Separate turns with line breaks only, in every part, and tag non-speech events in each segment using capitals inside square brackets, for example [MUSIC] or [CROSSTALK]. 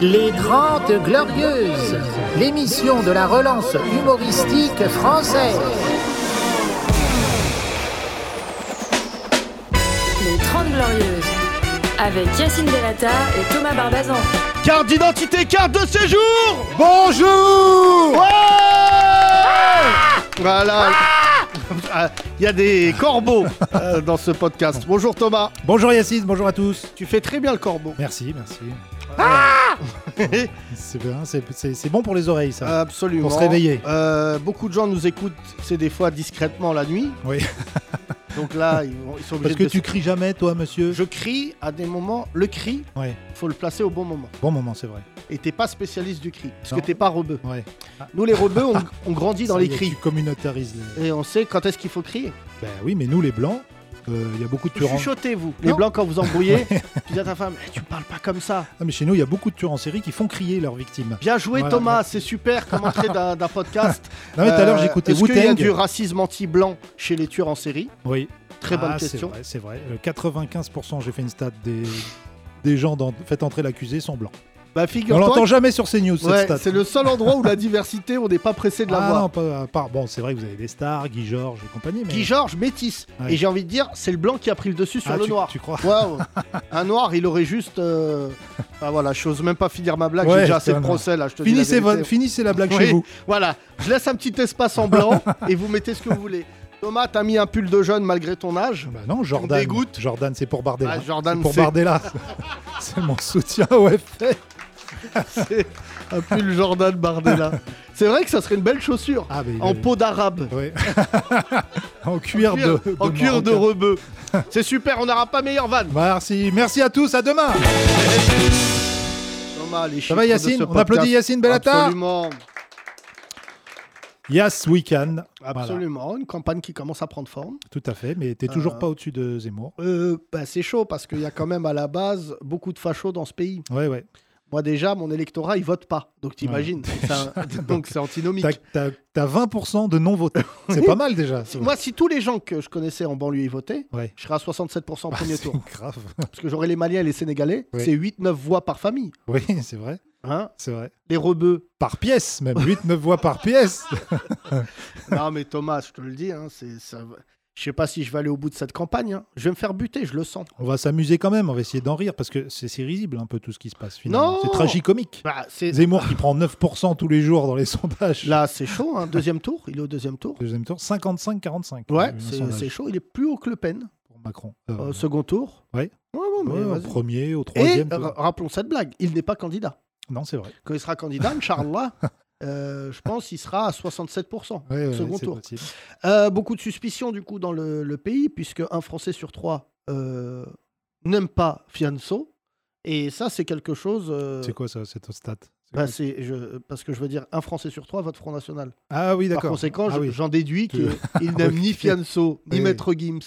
Les Grandes Glorieuses, l'émission de la relance humoristique française.
Les 30 Glorieuses, avec Yacine Delata et Thomas Barbazan.
Carte d'identité, carte de séjour
Bonjour
Ouais Voilà Ah, Il y a des corbeaux euh, dans ce podcast. Bonjour Thomas,
Bonjour Yacine, bonjour à tous.
tu fais très bien le corbeau.
Merci, merci.
Ah
[LAUGHS] C'est bien, c'est- c'est c'est bon pour les oreilles ça.
Absolument.
Pour se réveiller.
Euh, beaucoup de gens nous écoutent, c'est des fois discrètement la nuit.
Oui.
Donc là, ils, vont- ils sont obligés
Parce que
de...
tu cries jamais toi monsieur
Je crie à des moments, le cri,
Ouais.
faut le placer au bon moment.
Bon moment, c'est vrai.
Et t'es pas spécialiste du cri, parce
Non.
que t'es pas rebeu.
Ouais.
Nous les rebeux, on, on grandit dans
Ça
les
y est,
cris.
Tu communautarises les...
Et on sait quand est-ce qu'il faut crier.
Ben oui, mais nous les blancs, euh, il y a beaucoup de tueurs en...
Chuchotez vous, les
Non.
blancs quand
[LAUGHS]
vous embrouillez, tu dis à ta femme, Eh, tu parles pas comme ça.
Ah, mais chez nous, il y a beaucoup de tueurs en série qui font crier leurs victimes.
Bien joué
Voilà.
Thomas, c'est super comme entrée
[LAUGHS]
d'un d'un podcast.
Non mais tout à l'heure
Euh,
j'écoutais
Est-ce qu'il y a
Wu-Tang.
du racisme anti-blanc chez les tueurs en série
Oui.
Très bonne
Ah,
question.
C'est vrai, c'est vrai. Euh, 95% j'ai fait une stat des des gens dans... faites entrer l'accusé sont blancs.
Bah
on l'entend
figure-toi,
jamais sur CNews cette
ouais,
stat.
c'est le seul endroit où la diversité, on n'est pas pressé de la
ah
voir.
non, pas, à part- bon, c'est vrai que vous avez des stars, Guy Georges et compagnie, mais
Guy Georges, métis.
Ouais.
Et j'ai envie de dire, c'est le blanc qui a pris le dessus sur
Ah,
le
tu-
noir.
tu crois [LAUGHS]
Waouh. Un noir, il aurait juste. euh, Ah voilà, je n'ose même pas finir ma blague,
Ouais,
j'ai déjà
c'est
assez de
un-
procès là, je te dis la
Finissez,
vérité.
votre- finissez la blague chez
Oui,
vous.
Voilà, je laisse un petit espace en
[LAUGHS]
blanc et vous mettez ce que vous voulez. Thomas, t'as mis un pull de jeune malgré
[LAUGHS]
ton âge.
Bah non, Jordan.
dégoûte.
Jordan, c'est pour Bardella.
Ah, Jordan,
C'est pour
c'est- [LAUGHS]
Bardella. c'est mon soutien au FA.
C'est un pull Jordan Bardella. C'est vrai que ça serait une belle chaussure.
Ah, mais il
en
est-
peau d'arabe.
Ouais. [LAUGHS] en cuir de. de
en cuir de
Marocain.
rebeu.
[LAUGHS]
C'est super, on n'aura pas meilleur van.
Merci, merci à tous, à demain.
Thomas, les
Ça va
chiffres de
Yacine
ce
On applaudit
podcast.
Yacine Bellatar
Absolument,
Yes, we can. Voilà,
absolument. Une campagne qui commence à prendre forme.
tout à fait, mais t'es toujours pas au-dessus de Zemmour.
Euh, bah, c'est chaud parce qu'il y a quand même à la base beaucoup de fachos dans ce pays.
Ouais, ouais.
Moi déjà, mon électorat, il vote pas. Donc t'imagines, c'est un-
[LAUGHS]
donc c'est antinomique.
T'as- T'as t'as 20% de
[LAUGHS]
non-votants. C'est pas mal déjà.
Moi, si tous les gens que je connaissais en banlieue y votaient,
Ouais.
je serais à 67% au
Bah, [LAUGHS]
premier
c'est
tour.
grave.
Parce que j'aurais les Maliens et les Sénégalais,
Oui.
c'est 8-9 voix par famille.
Oui, c'est vrai.
Hein
C'est vrai. [LAUGHS]
les rebeux.
Par pièce, même 8-9 voix par pièce.
non mais Thomas, je te le dis, hein, c'est, ça... va- je sais pas si je vais aller au bout de cette campagne. hein. Je vais me faire buter, je le sens.
On va s'amuser quand même, on va essayer d'en rire parce que c'est c'est risible un peu tout ce qui se passe finalement.
Non
C'est tragicomique.
Bah, c'est...
Zemmour qui prend 9% tous les jours dans les sondages.
Là, c'est chaud. hein. Deuxième tour, il est au deuxième tour.
Deuxième tour, 55-45.
Ouais,
Un
c'est,
sondage
c'est chaud. Il est plus haut que Le Pen.
pour Macron. Euh,
Euh, second tour.
Ouais.
Ouais, ouais, mais
ouais, au
vas-y.
premier, au troisième.
Et
tout-
ra- rappelons cette blague, il n'est pas candidat.
Non, c'est vrai.
Quand il
[LAUGHS]
sera candidat, Inch'Allah, euh, je pense qu'il sera à 67%.
Ouais, ouais,
Second
c'est
tour.
possible.
Euh, beaucoup de suspicions du coup dans le, le pays, puisque un Français sur trois euh, n'aime pas Fianso. Et ça, c'est quelque chose. euh,
C'est quoi ça, cette stat C'est
bah,
quoi
c'est- je- parce que je veux dire, un Français sur trois vote Front National.
Ah oui,
Par
d'accord.
conséquent,
Ah
je-
oui.
j'en déduis
Tu-
qu'il
[LAUGHS]
n'aime ni Fianso, ni
Oui.
Maître Gims,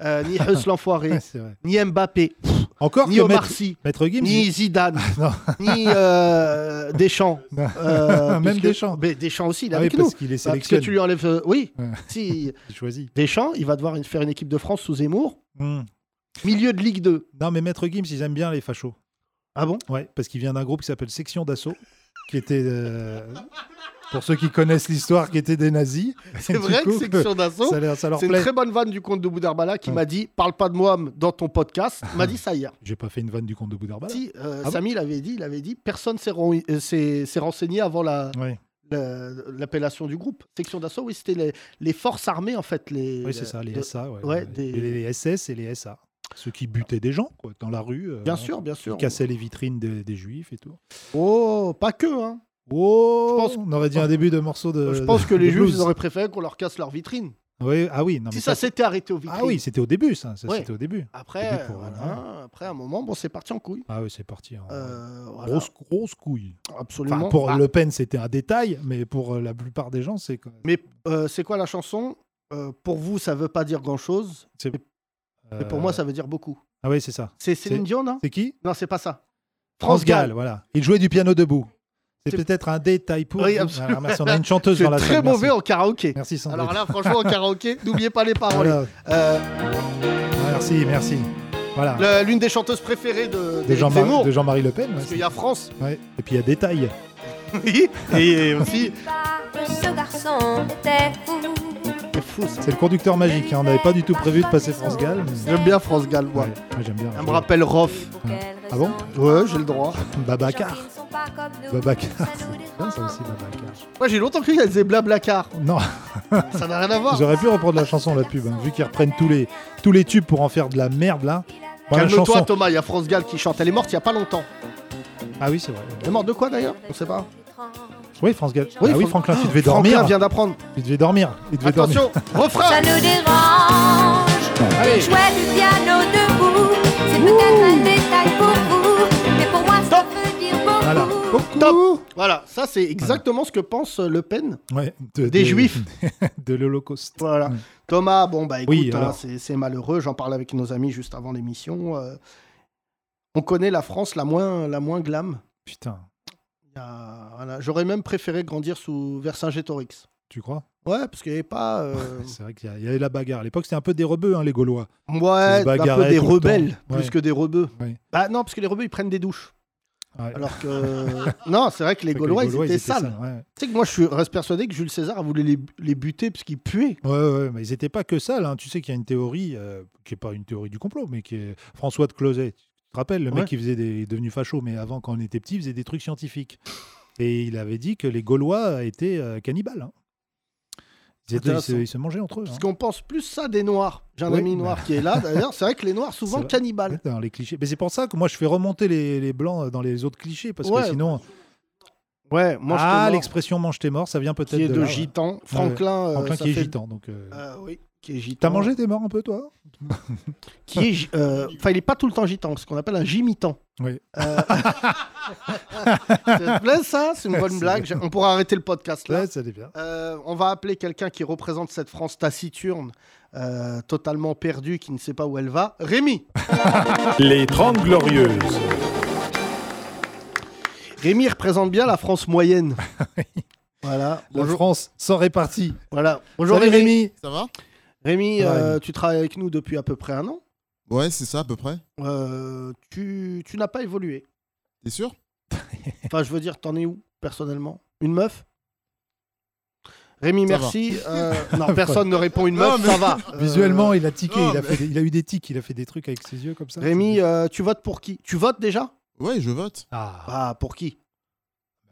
euh, ni Huss l'enfoiré,
Ouais, c'est vrai.
ni Mbappé,
Encore
ni
que
Omar
Maître,
Sy,
Maître Gims,
ni Zidane,
[LAUGHS] Non.
ni euh, Deschamps.
Non.
Euh,
[LAUGHS] Même
puisque-
Deschamps.
Mais Deschamps aussi, il est
Ah oui,
avec nous.
parce qu'il est
Bah, Parce que
sélectionné.
tu lui enlèves. euh, oui,
Ouais.
si.
Il choisit.
Deschamps, il va devoir une- faire une équipe de France sous Zemmour,
Hum.
milieu de Ligue 2.
Non, mais Maître Gims, ils aiment bien les fachos.
Ah bon
Ouais, parce qu'il vient d'un groupe qui s'appelle Section d'Assaut, qui était, euh, pour ceux qui connaissent l'histoire, qui était des nazis.
C'est
Du
vrai
coup,
que Section d'Assaut,
ça, leur- ça leur
c'est une
plaît.
très bonne vanne du compte de Boudarbala qui
Ouais.
m'a dit Parle pas de moi dans ton podcast. Il m'a dit ça hier.
J'ai pas fait une vanne du compte de Boudarbala.
Si, euh,
Ah bon
Samy l'avait dit, il avait dit Personne s'est ren- euh, s'est- s'est renseigné avant la-
Ouais,
la- l'appellation du groupe. Section d'Assaut, oui, c'était les, les forces armées en fait. Les,
oui, c'est ça, les
euh, de-
SA. Ouais,
ouais,
Et
des-
les, les SS et les SA. Ceux qui butaient des gens, quoi, dans la rue. euh,
Bien
hein,
sûr, bien
Qui
sûr.
cassaient les vitrines des, des juifs et tout.
Oh, pas que, hein.
Oh
Je pense-
On aurait dit un début de morceau [LAUGHS] de.
Je pense que les
juifs
juifs, ils auraient préféré qu'on leur casse leur vitrine.
Oui, ah oui, Euh, non, mais
si ça, s'était arrêté aux vitrines.
Ah oui, c'était au début, ça. ça,
Ouais.
C'était au début.
Après, euh,
C'était pour-
voilà,
voilà.
après un moment, bon, c'est parti en couille.
Ah oui, c'est parti. hein.
Euh, voilà.
Grosse, grosse couille.
absolument.
Enfin, pour
Bah,
Le Pen, c'était un détail, mais pour euh, la plupart des gens, c'est quoi
Mais euh, c'est quoi la chanson Euh, Pour vous, ça veut pas dire grand-chose, mais pour
Euh,
moi, ça veut dire beaucoup.
Ah oui, c'est ça.
C'est Céline
c'est-
Dion, non
C'est qui
Non, c'est pas ça.
France Gall, voilà. Il jouait du piano debout. C'est
C'est-
peut-être un détail pour.
Oui,
vous.
absolument.
Voilà, merci. On a une chanteuse
[LAUGHS] C'est
dans la
très
salle,
mauvais
Merci,
en karaoké.
Merci, Sandrine.
[LAUGHS] Alors là, franchement, en karaoké, n'oubliez pas les paroles.
Voilà.
Euh,
Ah, Merci, merci. Voilà.
La- Euh, L'une des chanteuses préférées
De
de, d'Éric Zemmour.
Jean-Mar- de Jean-Marie Le Pen. ouais,
Parce qu'il y a France, [LAUGHS]
c'est- ouais. Et puis il y a Détail.
oui, et aussi.
Ce garçon était fou.
C'est fou ça.
C'est le conducteur magique. hein. On n'avait pas du tout prévu de passer France Gall. mais-
J'aime bien France Gall, moi.
Ouais, moi, j'aime bien.
Elle me rappelle Roff.
Ah bon
Ouais, j'ai le droit.
Babacar. Babacar. C'est bien ça aussi, Babacar.
Moi, j'ai longtemps cru qu'elle faisait Blablacar.
Non, [LAUGHS]
Ça n'a rien à voir.
j'aurais pu reprendre la chanson, la pub, hein, vu qu'ils reprennent tous les, tous les tubes pour en faire de la merde là. Bon, la
Calme-toi,
chanson.
Thomas, il y a France Gall qui chante. Elle est morte il y a pas longtemps.
Ah oui, c'est vrai.
Elle est morte de quoi d'ailleurs On sait pas.
Oui, France Gall. ah oui,
Fran-
Franklin, tu devais
Franklin
dormir.
vient d'apprendre.
Il devait dormir. Il devait dormir. [LAUGHS]
Attention, refrain
Ça nous dérange.
Allez.
Le jouet du piano debout. C'est peut-être un détail pour vous. Mais pour moi, ça
Top.
veut dire
Voilà.
beaucoup.
Top Voilà, ça c'est exactement ce que pense euh, Le Pen.
Ouais,
Des Juifs.
[LAUGHS] de l'Holocauste.
Voilà. Thomas, bon bah écoute,
Mm. Oui,
hein,
alors.
c'est c'est malheureux. J'en parlais avec nos amis juste avant l'émission. euh, on connaît la France la moins, la moins glam.
Putain,
Il y a- voilà, J'aurais même préféré grandir sous Vercingétorix.
tu crois
Ouais, parce qu'il n'y avait pas.
[LAUGHS]
euh,
C'est vrai qu'il y a- il y avait la bagarre. À l'époque, c'était un peu des rebeux, hein, les Gaulois.
Ouais,
se
un peu
bagarraient
des
tout le
rebelles,
temps. Ouais.
plus que des rebeux.
Ouais.
Bah non, parce que les rebeux, ils prennent des douches.
Ouais. [LAUGHS]
Alors que... non, c'est vrai que les
C'est vrai que
Gaulois, ils étaient sales.
ouais.
Tu sais que moi, je suis- reste persuadé que Jules César a voulu les, les buter parce qu'ils puaient.
Ouais, ouais, mais ils n'étaient pas que sales. hein. Tu sais qu'il y a une théorie, euh, qui n'est pas une théorie du complot, mais qui est François de Closet. Tu te rappelles, le
Ouais.
mec qui faisait des... est devenu facho, mais avant, quand on était petit, il faisait des trucs scientifiques. Et il avait dit que les Gaulois étaient euh, cannibales. hein. Ils, étaient- ils se,
Intéressant.
ils se mangeaient entre eux. hein.
Parce qu'on pense plus ça des Noirs. J'ai un
Oui,
ami
mais-
noir qui est là, d'ailleurs. C'est vrai que les Noirs, souvent
C'est vrai.
cannibales.
Dans les clichés. Mais c'est pour ça que moi, je fais remonter les, les blancs euh, dans les autres clichés, parce
Ouais,
que sinon.
Ouais, moi,
ah,
je
l'expression mange tes morts, ça vient peut-être
qui est
de,
de
là, ouais.
gitan. Franklin, euh,
Franklin
ça
qui est
fait-
gitan. Donc, euh,
Euh, oui, qui est gitan.
t'as mangé tes morts un peu, toi
Qui est gi- euh, Enfin, il n'est pas tout le temps gitan, ce qu'on appelle un gimitan.
Oui.
Euh, [LAUGHS] ça te plaît, ça C'est une
[LAUGHS]
bonne
C'est-
blague. J'ai- On pourra arrêter le podcast là.
Ouais, ça allait bien.
Euh, on va appeler quelqu'un qui représente cette France taciturne, euh, totalement perdue, qui ne sait pas où elle va. Rémi
Les 30 Glorieuses.
Rémi représente bien la
[LAUGHS]
France moyenne. voilà.
La
Bonjour.
France sans répartie.
Voilà. Bonjour
Salut,
Rémi.
Rémi.
Ça va
Rémi,
Ça va,
euh,
Rémi.
tu travailles avec nous depuis à peu près un an.
Ouais, c'est ça à peu près.
Euh, tu tu n'as pas évolué.
T'es sûr
Enfin, je veux dire, t'en es où, personnellement Une meuf Rémi,
Ça
merci. Euh, non, personne ne répond une meuf,
Non, mais-
ça va. Euh,
Visuellement, il a tiqué.
non,
il, a
mais-
fait des- il a eu des tics. Il a fait des trucs avec ses yeux comme ça.
Rémi, euh, tu votes pour qui Tu votes déjà
Ouais, je vote.
Ah, bah,
Ah, pour qui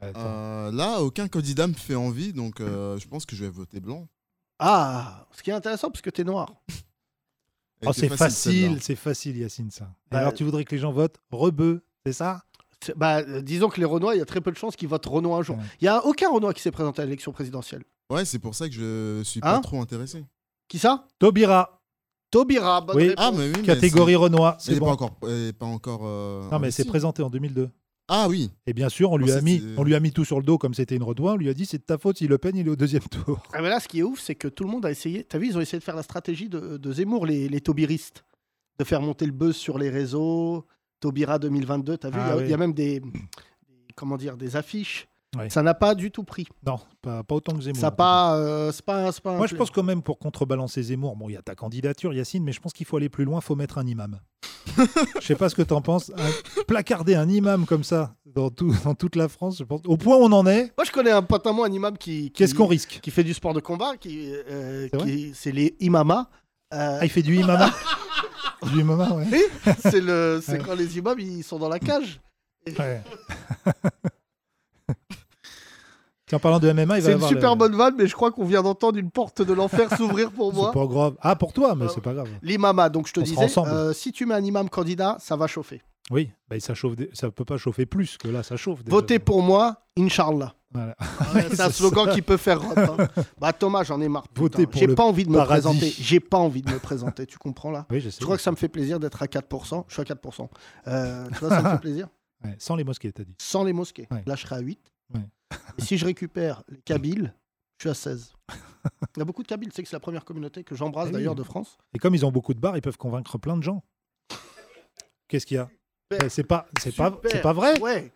attends.
Euh, là, aucun candidat me fait envie, donc euh, je pense que je vais voter blanc.
Ah, ce qui est intéressant, parce que t'es noir.
Elle
Oh,
était
c'est
celle-là.
facile, c'est facile, Yacine, ça. Et
Bah,
alors, tu voudrais que les gens votent rebeu, c'est ça
C'est- Bah, euh, disons que les Renois, il y a très peu de chances qu'ils votent Renoir un jour.
Ouais.
Il y a aucun Renoir qui s'est présenté à l'élection présidentielle.
Ouais, c'est pour ça que je suis
Hein
pas trop intéressé.
Qui ça
Tobira,
Taubira, bonne
Oui.
réponse.
Ah, mais oui, mais
catégorie Renoir,
c'est- Elle
c'est
est
bon.
pas encore. elle est pas encore euh,
Non, mais c'est
investie.
présenté en 2002.
Ah oui.
Et bien sûr, on lui,
Moi,
a mis,
c'était-
on lui a mis tout sur le dos comme c'était une redouane. On lui a dit c'est de ta faute si Le Pen il est au deuxième tour. [LAUGHS]
Ah, mais là, ce qui est ouf, c'est que tout le monde a essayé. T'as vu, ils ont essayé de faire la stratégie de, de Zemmour, les, les Taubiristes. De faire monter le buzz sur les réseaux. Taubira 2022, t'as vu
Ah
il, y a,
oui.
il y a même des, des- Comment dire Des affiches.
Ouais.
Ça n'a pas du tout pris.
Non, pas, pas autant que Zemmour.
Ça n'a pas. euh, c'est pas, c'est pas un
Moi, je
plaid.
pense quand même pour contrebalancer Zemmour, bon, il y a ta candidature, Yacine, mais je pense qu'il faut aller plus loin, faut mettre un
[LAUGHS]
imam. je sais pas ce que t'en penses. Un- placarder un imam comme ça dans, tout, dans toute la France, je pense. Au point où on en est,
Moi, je connais un pote à moi, un imam qui. qui-
qu'est-ce qu'on risque
qui fait du sport de combat, qui, euh,
C'est vrai
qui- c'est les imamas. Euh,
Ah, il fait du imama Du imama, ouais.
[LAUGHS]
[LAUGHS]
c'est le, c'est
Ouais.
quand les imams ils sont dans la cage.
Ouais. [LAUGHS] Tiens, en parlant de MMA, Ah, il va
C'est
y
une
avoir.
super
le-
bonne vanne, mais je crois qu'on vient d'entendre une porte de
[LAUGHS]
l'enfer s'ouvrir pour moi.
C'est pas grave. Ah, pour toi, mais
Euh,
c'est pas grave.
L'imama, donc je te
On sera
disais,
ensemble.
euh, si tu mets un imam candidat, ça va chauffer.
Oui, bah, ça chauffe. des- Ça peut pas chauffer plus que là, ça chauffe. déjà.
Votez pour moi, Inch'Allah.
Voilà. [LAUGHS]
Ouais, c'est un
c'est
slogan qui peut faire
[LAUGHS]
rock, hein. Bah Thomas, j'en ai marre.
Votez
putain.
pour
J'ai
le
pas envie de me
paradis.
présenter. J'ai pas envie de me présenter, tu
[LAUGHS]
comprends là
Oui, je sais.
Je crois que ça me fait plaisir d'être à 4%. Je suis à 4%. Euh, tu vois, ça me fait plaisir.
Ouais, sans les mosquées, t'as dit.
sans les mosquées.
Ouais.
Là, je serai à 8.
Ouais.
Et si je récupère
[LAUGHS]
les Kabyles, je suis à 16. Il y a beaucoup de Kabyles, c'est que c'est la première communauté que
Eh
j'embrasse
oui.
d'ailleurs de France.
Et comme ils ont beaucoup de bars, ils peuvent convaincre plein de gens. Qu'est-ce qu'il y a
Super.
Eh, C'est pas, c'est pas,
Super.
c'est pas vrai.
Ouais,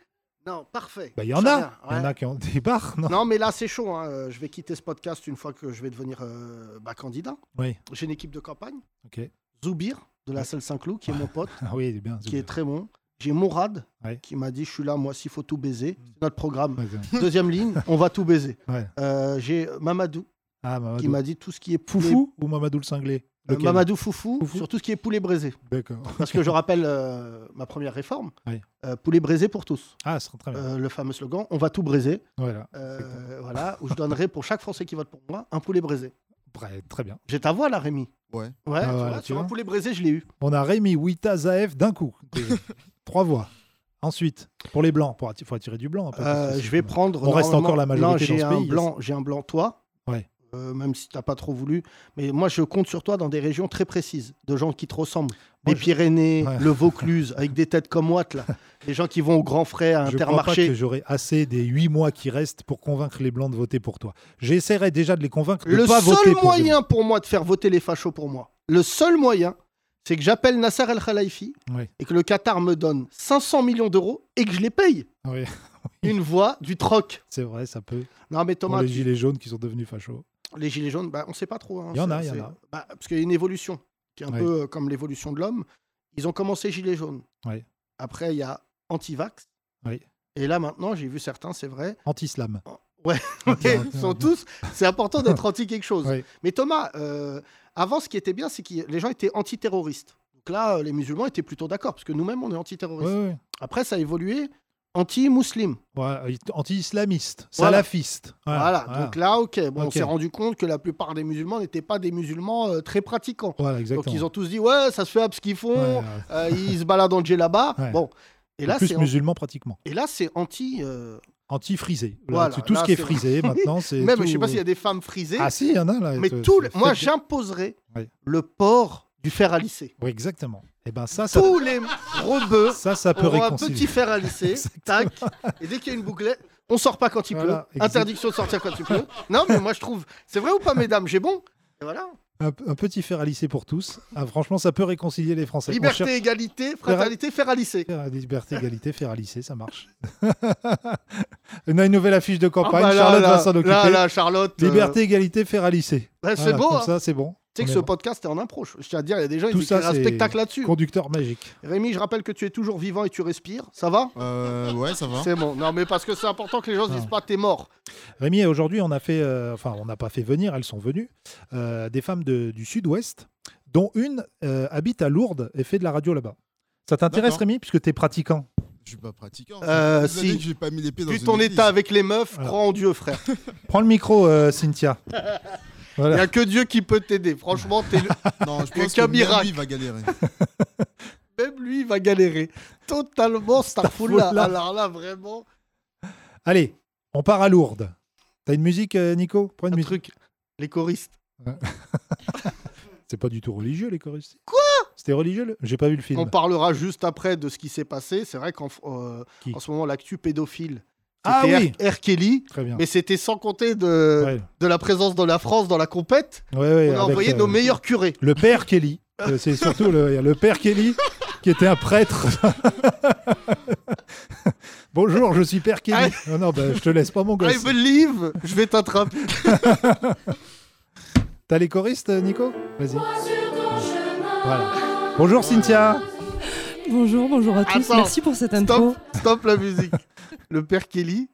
non, parfait.
Bah, il y en
Ça
a, il
vient,
y en
ouais.
a qui ont des bars. Non.
Non, mais là, c'est chaud. hein. Euh, Je vais quitter ce podcast une fois que je vais devenir euh, bah, candidat.
Oui. [LAUGHS]
J'ai une équipe de campagne.
Ok.
Zoubir de la salle Saint-Cloud, qui est mon pote,
Ah oui, il est bien.
qui est très bon. J'ai Mourad,
Ouais.
qui m'a dit Je suis là, moi, s'il faut tout baiser. C'est notre programme.
[LAUGHS] Ouais, c'est-
Deuxième ligne, on va tout baiser.
ouais.
Euh, J'ai Mamadou,
Ah, Mamadou.
qui m'a dit Tout ce qui est poulet.
Foufou ou Mamadou le cinglé
Euh,
Lequel
Mamadou Foufou,
Foufou.
sur tout ce qui est poulet braisé.
D'accord.
Parce que je rappelle euh, ma première réforme
Ouais.
euh, poulet braisé pour tous.
Ah, c'est très bien.
Euh, le fameux slogan On va tout braiser.
Voilà.
Euh, voilà, où je donnerai pour chaque Français qui vote pour moi un poulet braisé.
Bref, très bien.
J'ai ta voix là, Rémi.
Ouais.
Ouais,
Ah,
tu
voilà,
vois,
tu
sur un
vois.
poulet braisé, je l'ai eu.
On a Rémi Wita Zaef d'un coup.
[LAUGHS]
déjà. Trois voix. Ensuite, pour les blancs, il faut attirer du blanc. un peu,
Euh,
parce que
je
c'est-
vais prendre.
On reste
normalement-
encore la majorité
Non,
dans
j'ai
ce
un
pays. hein.
blanc, j'ai un blanc toi.
Ouais.
Euh, même si t'as pas trop voulu, mais moi je compte sur toi dans des régions très précises, de gens qui te ressemblent.
Moi,
les
je-
Pyrénées,
Ouais.
le Vaucluse, avec des têtes comme
[LAUGHS]
Watt là. Les gens qui vont au Grand Frais à
Je crois pas que
Intermarché.
j'aurai assez des huit mois qui restent pour convaincre les blancs de voter pour toi. J'essaierai déjà de les convaincre de
Le
pas voter
seul
pour
moyen pour moi de faire voter les fachos pour moi, le seul moyen, c'est que j'appelle Nasser El Khalifi
Ouais.
et que le Qatar me donne 500 millions d'euros et que je les paye.
Oui, [LAUGHS]
Une voix du troc.
c'est vrai, ça peut.
Non mais
Pour
Thomas,
les
tu-
gilets jaunes qui sont devenus fachos.
Les gilets jaunes, bah, on ne sait pas trop. hein.
Il y en a, il
C'est-
y en
c'est-
a.
bah, parce qu'il y a une évolution, qui est un
Ouais.
peu euh, comme l'évolution de l'homme. Ils ont commencé gilets jaunes.
Ouais.
Après, il y a anti-vax.
Ouais.
Et là, maintenant, j'ai vu certains, c'est vrai.
Anti-islam.
Ouais, [LAUGHS] ils sont tous. C'est
[LAUGHS]
important d'être anti quelque chose.
Ouais.
Mais Thomas, euh, avant, ce qui était bien, c'est que les gens étaient anti-terroristes. Donc là, euh, les musulmans étaient plutôt d'accord, parce que nous-mêmes, on est
Ouais,
anti-terroristes.
ouais.
Après, ça a évolué anti-muslim.
Ouais, anti-islamiste,
Voilà.
salafiste. Ouais,
Voilà.
voilà.
Donc là, ok. Bon, on
Ok.
s'est rendu compte que la plupart des musulmans n'étaient pas des musulmans euh, très pratiquants.
Voilà, exactement.
Donc ils ont tous dit ouais, ça se fait hop ce qu'ils font,
Ouais, ouais.
euh, ils se baladent en là-bas.
Ouais.
Bon, et là
plus
c'est
musulmans pratiquement.
et là c'est anti. euh,
Anti-frisé. Là,
Voilà,
tu- tout
là,
ce qui est
c'est-
frisé maintenant, c'est.
Même
tout-
je sais pas s'il y a des femmes frisées,
Ah si, il y en a là.
mais
C'est-
tout. le-
c'est
Moi
fait-
j'imposerais
Ouais.
le port du fer à lisser.
Oui, exactement. Et ben ça, ça,
Tous les rebeux
ça, ça peut
auront un
réconcilier.
petit fer à lisser, tac. Et dès qu'il y a une bouclette, on sort pas quand il
Voilà,
pleut.
exact.
Interdiction de sortir quand il pleut. Non mais moi je trouve, c'est vrai ou pas mesdames, j'ai bon. Et voilà.
Un, un petit fer à lisser pour tous. Ah, franchement, ça peut réconcilier les Français. On
Liberté,
cherche
égalité, fraternité, fer à lisser.
à liberté, égalité, fer à lisser, ça marche. [LAUGHS] On a une nouvelle affiche de
Ah,
campagne.
bah, là,
Charlotte
là,
va s'en occuper.
Là, là, Charlotte. euh,
Liberté, égalité, fer à lisser.
bah, c'est
Voilà,
beau.
Comme
hein.
ça, c'est bon.
Tu sais
On
que
est
ce
bon.
podcast est en impro. Je je tiens à dire, il y a des gens qui
Tout
vont
ça,
écrire un
c'est-
spectacle là-dessus.
Conducteur magique.
Rémi, je rappelle que tu es toujours vivant et tu respires. Ça va
Euh, ouais, ça va.
C'est bon. Non, mais parce que c'est important que les gens se disent pas t'es mort.
Rémi, aujourd'hui, on a fait, euh, enfin, on n'a pas fait venir, elles sont venues, euh, des femmes de- du sud-ouest, dont une euh, habite à Lourdes et fait de la radio là-bas. Ça t'intéresse,
D'accord.
Rémi, puisque tu es pratiquant
Je suis pas pratiquant.
Euh,
Vous avez
si.
dit que j'ai pas mis les pieds dans
Vu
une
ton
église.
état avec les meufs,
Voilà.
crois en Dieu, frère.
Prends le micro, euh,
[LAUGHS]
Cynthia.
Il n'y
Voilà.
a que Dieu qui peut t'aider. Franchement,
[LAUGHS]
t'es le-
Non, je
Le
pense que même
Kabirac.
lui va galérer.
même lui, il va galérer. Totalement Starfoulla.
Starfoula.
Alors là, vraiment.
Allez, on part à Lourdes. T'as une musique, euh, Nico Prends une
Un
musique.
truc. Les choristes.
C'est pas du tout religieux, les choristes. Quoi C'était religieux le- J'ai pas vu le film.
On parlera juste après de ce qui s'est passé. C'est vrai qu'en euh,
Qui
en ce moment, l'actu pédophile.
Ah
c'était
oui.
R. R. Kelly.
Très bien.
Mais c'était sans compter de,
Ouais.
de la présence de la France dans la compète.
Ouais, ouais,
On a
avec,
envoyé
euh,
nos meilleurs curés.
Le père Kelly. Euh,
[LAUGHS]
C'est surtout le, le père Kelly qui était un prêtre. [LAUGHS] Bonjour, je suis père Kelly.
Ah.
Non, non, bah, je te laisse pas mon
I
gosse.
believe, je vais t'attraper.
T'as les choristes, Nico Vas-y. Voilà. Bonjour Cynthia.
Bonjour, bonjour à tous.
Attends,
Merci pour cette intro.
Stop, stop la musique. Le père Kelly,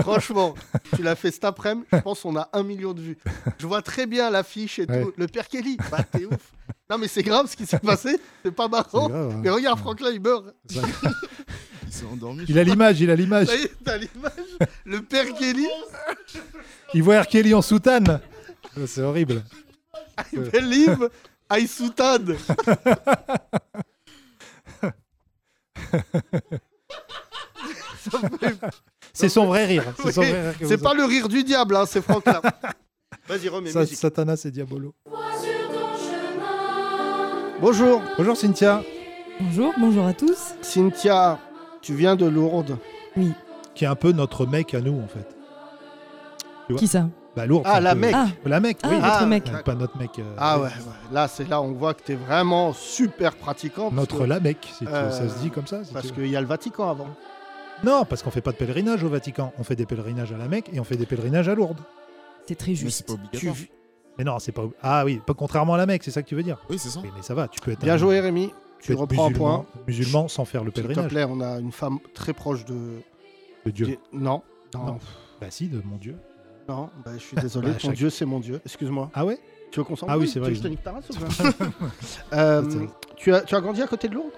franchement, tu l'as fait cet après-midi, je pense qu'on a un million de vues. Je vois très bien l'affiche et
Ouais.
tout. Le père Kelly, bah t'es ouf. Non mais c'est grave ce qui s'est passé, c'est pas marrant.
C'est grave, hein.
Mais regarde, Franklin, il meurt.
Il s'est endormi.
Il a l'image, il a l'image.
Ça y est, t'as l'image. Le père Kelly,
Il voit R. Kelly en soutane. Euh, C'est horrible.
I believe, I soutane. Ça me fait
C'est son vrai rire. C'est son
Oui,
vrai rire que
C'est
vous
pas le rire du diable, hein, c'est Franklin. [LAUGHS] Vas-y, remets
Sa-
musique.
Satanas et Diabolo.
Bonjour,
Bonjour Cynthia.
Bonjour, bonjour à tous.
Cynthia. Tu viens de Lourdes.
Qui est un peu notre mec à nous en fait.
Qui ça
Bah Lourdes.
Ah,
c'est un
la
peu-
mec.
Ah,
La mec, oui.
Ah,
notre
mec.
Pas notre mec. euh,
Ah ouais, ouais. là c'est là on voit que t'es vraiment super pratiquant. parce
Notre
que-
la mec, si tu-
Euh,
ça se dit comme ça. si
Parce
tu veux.
qu'il y a le Vatican avant.
Non, parce qu'on fait pas de pèlerinage au Vatican. On fait des pèlerinages à la Mecque et on fait des pèlerinages à Lourdes.
C'est très
Mais c'est
juste.
pas
Tu,
obligatoire.
vi-
Mais non, c'est pas. Ah oui, pas contrairement à la Mecque, c'est ça que tu veux dire.
Oui, c'est ça.
Oui, mais ça va, tu peux être.
Bien
un-
joué, Rémi.
tu
Tu
peux être
reprends un
musulman-
point.
Musulman sans faire le
S'il te
pèlerinage.
plaît, on a une femme très proche de.
De Dieu.
des- Non. Non.
Non. Bah si, de mon Dieu.
non, bah,
[LAUGHS]
je suis désolé.
Bah,
ton
chaque-
Dieu, c'est mon Dieu. Excuse-moi.
Ah ouais
Tu veux qu'on s'en
Ah oui,
parle
c'est vrai,
Tu veux que je te
ils
nique ta race ou
[LAUGHS]
pas Euh, tu, as, tu as grandi à côté de Lourdes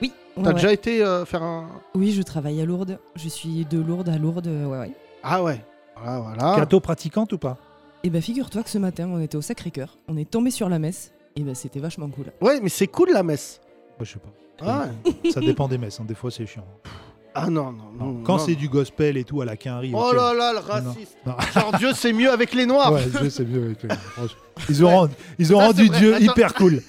Oui. ouais,
T'as
ouais.
déjà été euh, faire un.
Oui, je travaille à Lourdes. Je suis de Lourdes à Lourdes. euh, Ouais, ouais.
Ah ouais. Voilà, voilà.
Cato pratiquante ou pas
Et bah, figure-toi que ce matin, on était au Sacré-Cœur. On est tombé sur la messe. Et bah, c'était vachement cool.
Ouais, mais c'est cool la messe.
Moi, Bah, je sais pas.
Ah,
Ça dépend des messes, hein, des fois c'est chiant.
ah non, non, [LAUGHS] non.
Quand
non.
c'est du gospel et tout à la quinrie.
Oh
ok.
là là, le raciste.
Non.
Genre Dieu, c'est mieux avec les noirs.
Ouais, Dieu, c'est mieux avec les-
[LAUGHS]
franchement. Ils ont rendu, ils ont
Ça,
rendu
c'est vrai.
Dieu
Attends.
hyper cool.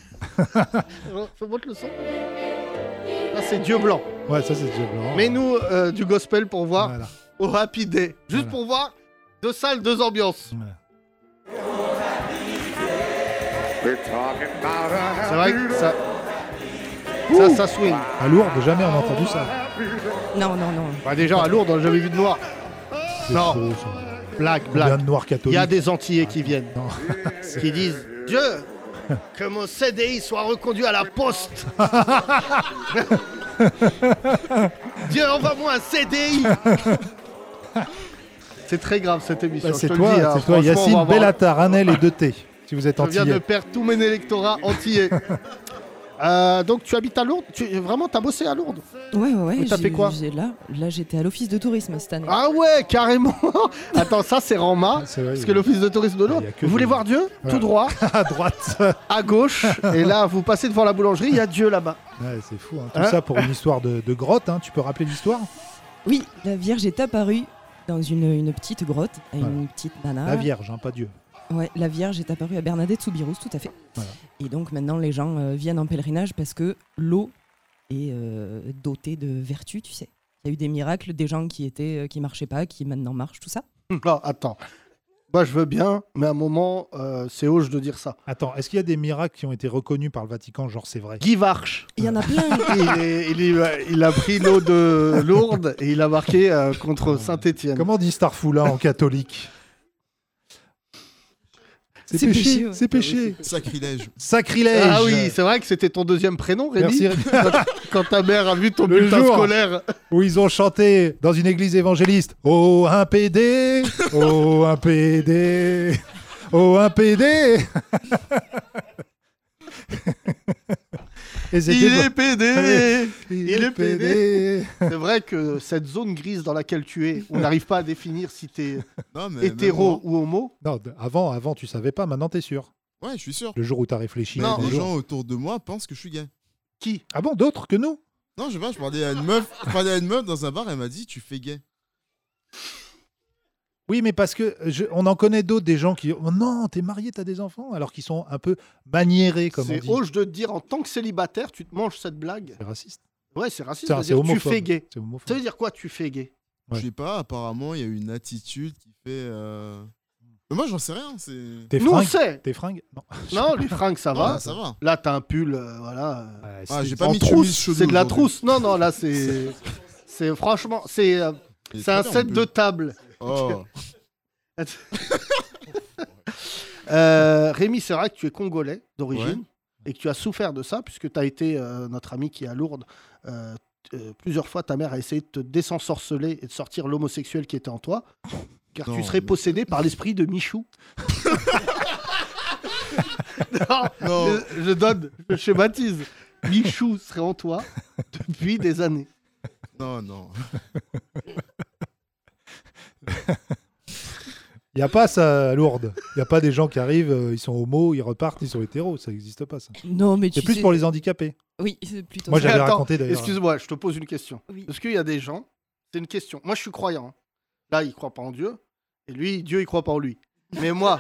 Faut monter le son. Là, Ah, c'est Dieu blanc.
Ouais, ça c'est Dieu blanc.
Mais nous, euh, du gospel pour voir
Voilà.
au Happy Day. Juste
Voilà.
pour voir deux salles, deux ambiances.
Voilà.
C'est vrai que ça. Ça, ça swing.
À Lourdes, jamais on a entendu ça.
Non, non, non.
Bah, déjà, à Lourdes, on n'a jamais vu de noir.
C'est
Non.
trop, ça.
Blague,
Combien
blague.
de noirs
Il y
catholiques
a des Antillais qui viennent.
Ah, Non.
[LAUGHS]
[LAUGHS]
qui disent Dieu, que mon CDI soit reconduit à la
[LAUGHS]
poste. Dieu, envoie-moi
[LAUGHS]
un CDI. c'est très grave cette émission.
Bah,
je
c'est
te le dis, hein.
toi, c'est toi,
Franchement, on va
Yacine
avoir-
Bellatar, Ranel et Deux-T, si vous êtes
Je viens de
antillais.
perdre tout mon électorat antillais.
[LAUGHS]
Euh, donc tu habites à Lourdes tu, Vraiment, t'as bossé à Lourdes
Ouais, ouais, ouais.
Mais t'as
j'ai-
fait quoi
j'ai- Là, là j'étais à l'office de tourisme cette année.
Ah ouais, carrément [LAUGHS] Attends, ça c'est Rama,
Ah, C'est vrai,
parce
il-
que l'office de tourisme de Lourdes,
Il y a que
vous voulez
des-
voir Dieu
Voilà.
Tout droit,
À droite.
à gauche, et là vous passez devant la boulangerie, il y a Dieu là-bas.
Ouais, c'est fou. hein. Tout
Hein
ça pour une histoire de, de grotte. hein. Tu peux rappeler l'histoire
Oui, la Vierge est apparue dans une, une petite grotte, à une
Voilà.
petite nana.
La Vierge, hein, pas Dieu.
Ouais, la Vierge est apparue à Bernadette Soubirous, tout à fait.
Voilà.
Et donc maintenant, les gens euh, viennent en pèlerinage parce que l'eau est euh, dotée de vertus, tu sais. Il y a eu des miracles, des gens qui étaient, euh, qui marchaient pas, qui maintenant marchent, tout ça.
[LAUGHS] Non, attends. Moi, je veux bien, mais à un moment, euh, c'est hoche de dire ça.
Attends, est-ce qu'il y a des miracles qui ont été reconnus par le Vatican Genre, c'est vrai
Guy Varche,
Il y en a plein.
il, est- il est- il a pris l'eau de Lourdes et il a marqué euh, contre Saint-Étienne.
Comment dit Starfoula en catholique C'est
C'est
péché,
péché, ouais.
c'est péché.
Sacrilège.
Sacrilège
Ah oui, c'est vrai que c'était ton deuxième prénom, Rémi,
Merci.
quand, quand ta mère a vu ton
Le
bulletin
jour.
scolaire.
Où ils ont chanté dans une église évangéliste Oh, un PD Oh, un PD Oh, un
[LAUGHS]
PD Et c'était-
Il est
Ah
pédé il est
PD
C'est vrai que cette zone grise dans laquelle tu es, on n'arrive pas à définir si t'es
Non,
[LAUGHS]
mais.
hétéro ou homo.
Non, d- avant, avant, tu savais pas, maintenant t'es sûr.
même moi. Ouais, je suis sûr.
Le jour où t'as réfléchi.
Non,
le
les
jour-
gens autour de moi pensent que je suis gay.
Qui
Ah bon, d'autres que nous
Non, je sais pas, je parlais à une meuf, je parlais à une meuf dans un bar, elle m'a dit tu fais gay.
Oui, mais parce que je- on en connaît d'autres, des gens qui. Oh non, t'es marié, t'as des enfants, alors qu'ils sont un peu maniérés, comme on
C'est
dit.
hoche de te dire en tant que célibataire, tu te manges cette blague.
C'est raciste.
Ouais, c'est raciste
C'est
de
c'est
dire
homophobe.
tu fais gay.
C'est homophobe.
Ça veut dire quoi, tu fais gay
Ouais.
Je sais pas, apparemment, il y a une attitude qui fait. euh, Mais moi, j'en sais rien. C'est.
Tes
Nous, on
fringues
sait
Tes fringues Non.
Non, les fringues, ça
Non,
va.
là, Ah, ça va.
Là, t'as un pull, euh, voilà. euh,
Ah,
Ah,
c'est-
j'ai pas
en
mis de
trousse.
chemise chelou.
C'est de la
aujourd'hui.
trousse. Non, non, là,
[LAUGHS]
c'est. C'est franchement, c'est euh,
Il est
c'est un
très
set
bien,
de
en plus.
table. [LAUGHS]
Oh.
Euh, Rémi, c'est vrai que tu es congolais d'origine
Ouais.
et que tu as souffert de ça puisque tu as été, euh, notre ami qui est à Lourdes, euh, t- euh, plusieurs fois ta mère a essayé de te désensorceler et de sortir l'homosexuel qui était en toi car
Non,
tu serais
mais-
possédé par l'esprit de
[LAUGHS]
Michou. non,
Non.
Je, je donne, je schématise. Michou serait en toi depuis des années.
Non, non.
Il n'y a pas ça à Lourdes. Il n'y a pas des gens qui arrivent, euh, ils sont homo, ils repartent, ils sont hétéros. Ça n'existe pas, ça.
[LAUGHS] non, mais tu
C'est plus
sais-
pour les handicapés.
Oui, c'est plutôt.
Moi,
ça.
j'avais
Attends,
raconté d'ailleurs.
Excuse-moi, je te pose une question.
Oui.
Parce qu'il y a des gens, c'est une question. Moi, je suis croyant. hein. Là, il croit pas en Dieu. Et lui, Dieu, il croit pas en lui. Mais moi,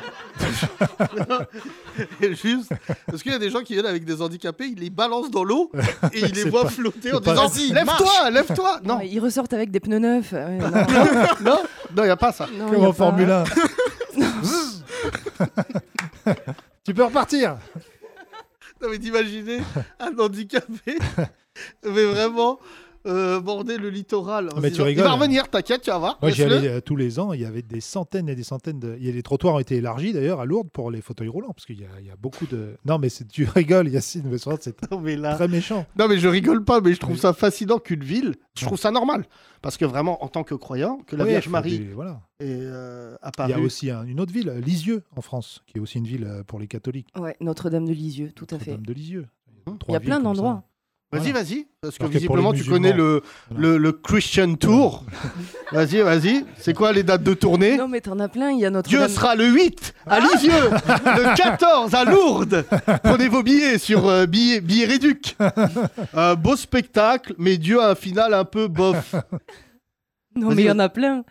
[LAUGHS] Et juste, parce qu'il y a des gens qui viennent avec des handicapés, ils les balancent dans l'eau
[LAUGHS]
et ils les
C'est
voient
pas-
flotter en
c'est pas-
disant
Vas-y,
Lève-toi, lève-toi Non,
Non, mais ils ressortent avec des pneus neufs.
[LAUGHS]
euh, non,
non, non, il n'y a pas ça.
non, Oh, y a
Comme en
pas-
Formule
[LAUGHS]
1. Zzz. [LAUGHS] tu peux repartir.
Non, [LAUGHS] mais d'imaginer un handicapé, mais vraiment, euh, border le littoral. en
Ah, mais
se
tu
disant, Il
rigoles. hein.
va revenir, t'inquiète, tu vas voir.
Moi, j'y
laisse-le.
allais euh, tous les ans. Il y avait des centaines et des centaines de. il y a- les trottoirs ont été élargis d'ailleurs à Lourdes pour les fauteuils roulants parce qu'il y, a- il y a beaucoup de. Non, mais c'est tu [LAUGHS] rigoles, Yacine, mais sur- c'est
Non, mais
Ah,
là-
très méchant.
Non, mais je rigole pas, mais je trouve
Oui.
ça fascinant qu'une ville. Je trouve ça normal. Parce que vraiment, en tant que croyant, que la
Ouais,
Vierge
faut
Marie
des- voilà.
est
Il
euh,
y a
apparue.
aussi un- une autre ville, Lisieux, en France, qui est aussi une ville euh, pour les catholiques.
Ouais, Notre-Dame de Lisieux, tout à fait. Mmh.
Notre-Dame de Lisieux.
Il y a
Trois villes
plein
comme ça.
d'endroits.
Vas-y,
Voilà.
vas-y. Parce que
Alors que pour
visiblement,
les
tu connais
musulmans,
le,
voilà.
le, le
[LAUGHS]
Christian Tour. vas-y, vas-y. C'est quoi les dates de tournée
Non, mais t'en as plein. Il y a
Dieu
Notre-Dame. Ah.
sera le 8 à Lisieux, le 14
[LAUGHS]
à Lourdes. Prenez vos billets sur euh, billets, billets Réduc. Un beau spectacle, mais Dieu a un final un
[LAUGHS]
peu bof.
Non,
Vas-y,
mais il y
vas-y.
en a plein.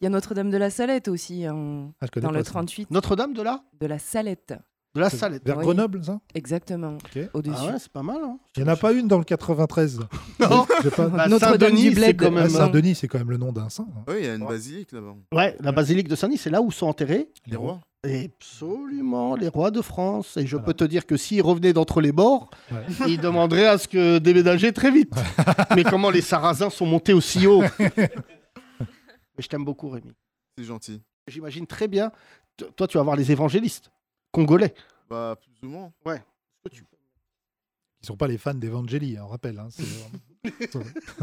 Il y a Notre-Dame de la Salette aussi, en-
Ah, je connais
dans
pas
le
ça.
38
Notre-Dame de là
de la Salette.
De la
Ah,
C'est
Salette.
Vers
Oui.
Grenoble, ça
Exactement. Au-dessus.
Ah ouais, c'est pas mal. Hein.
Il n'y en a pas une dans le 93.
Non.
J'ai
[LAUGHS]
pas-
Bah,
Notre-Dame
Saint-Denis, c'est
du Bled. oh,
quand
Ah,
même-
Saint-Denis, c'est quand même le nom d'un saint. hein.
Oui, il y a une basilique là-bas.
Ouais, la basilique de Saint-Denis, c'est là où sont enterrés
Les rois.
absolument les rois de France. Et je
Voilà.
peux te dire que s'ils revenaient d'entre les bords,
Ouais.
ils demanderaient à ce que déménager très vite. Mais comment les Sarrasins sont montés aussi haut Mais Je t'aime beaucoup, Rémi.
C'est gentil.
J'imagine très bien. T- Toi, tu vas voir les évangélistes congolais.
Bah, plus ou moins.
Ils ne sont pas les fans d'Evangélie, on rappelle. hein, c'est vraiment-
[LAUGHS]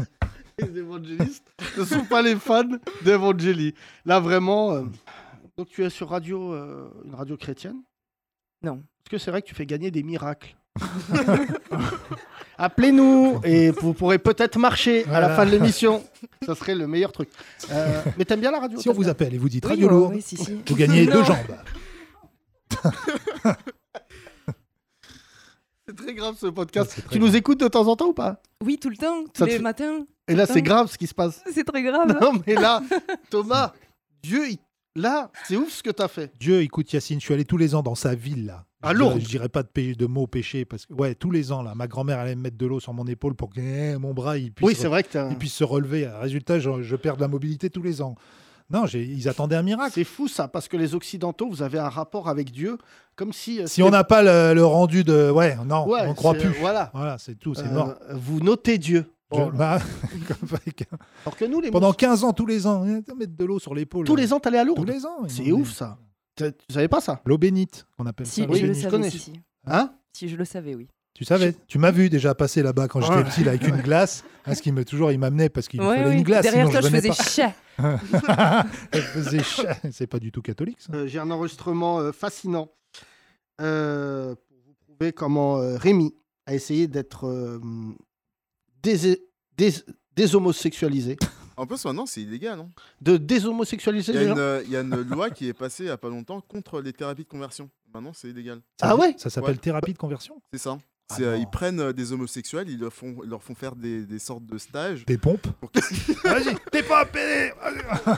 Les évangélistes ne sont pas les fans d'Evangélie. Là, vraiment. euh, Donc, tu es sur radio, euh, une radio chrétienne
Non.
Est-ce que c'est vrai que tu fais gagner des miracles [LAUGHS] Appelez-nous et vous pourrez peut-être marcher à la
Voilà.
fin de l'émission. Ça serait le meilleur truc. Euh, mais t'aimes bien la radio
Si on
t'aimes
vous
bien
appelle et vous dites
Oui,
Radio
oui,
Lourdes,
oui, si, si.
vous gagnez
Non.
deux jambes.
C'est très grave ce podcast.
Ouais, c'est très
tu nous écoutes de temps en temps ou pas
Oui, tout le temps, tous
Ça te
les
fait-
matins. [LAUGHS]
Et là, c'est
Non.
grave ce qui se passe.
C'est très grave. hein.
Non, mais là, Thomas, Dieu, il- là, c'est ouf ce que t'as fait.
Dieu, écoute Yacine, je suis allé tous les ans dans sa ville là.
À
Je
Lourdes.
dirais- Je dirais pas de, pays, de mots péché parce que ouais, tous les ans là, ma grand-mère allait me mettre de l'eau sur mon épaule pour que eh, mon bras il puisse,
Oui, c'est vrai que t'as.
il puisse se relever. Résultat, je, je perds de la mobilité tous les ans. Non, j'ai- ils attendaient un miracle.
C'est fou ça, parce que les Occidentaux, vous avez un rapport avec Dieu comme si. euh,
Si on n'a pas le, le rendu de ouais, non,
Ouais,
on croit
c'est- euh,
plus.
Voilà.
Voilà, c'est tout, c'est
Euh,
mort.
Vous notez Dieu.
Je- bah, [LAUGHS] comme avec-
Alors que nous, les
pendant 15 ans, tous les ans, eh, t'as mettre de l'eau sur l'épaule. hein.
Tous les ans, t'allais à
Tous
Lourdes.
les ans. ils
C'est
ont
ouf
des-
ça. T'as- Tu savais pas ça
L'eau bénite, on appelle
Si,
ça. l'eau
oui,
je le
je
bénite.
savais,
connais.
si, si.
Hein
Si, je le savais, oui.
Tu savais, tu m'as vu déjà passer là-bas quand j'étais
Ouais.
petit là, avec une glace. Hein, ce qui me toujours, il m'amenait parce qu'il me
Ouais,
fallait
oui.
une glace.
Derrière
sinon
toi,
je
je,
venais
faisais chat.
pas. [LAUGHS] Elle faisait chat. C'est pas du tout catholique ça.
Euh, J'ai un enregistrement euh, fascinant euh, pour vous prouver comment euh, Rémi a essayé d'être euh, dés- dés- déshomosexualisé.
En plus, maintenant, c'est illégal. hein.
De
Il
déshomosexualiser
y, a
les
une,
gens
euh, il y a une loi qui est passée il n'y a pas longtemps contre les thérapies de conversion. Maintenant, c'est illégal.
Ça-
Ah ouais
Ça s'appelle
Ouais.
thérapie de conversion.
C'est ça.
Ah
C'est, euh,
non.
ils prennent euh, des homosexuels, ils leur font, ils leur font faire des, des sortes de stages.
Des pompes.
Pour qu'ils-
Vas-y, t'es pas pédé.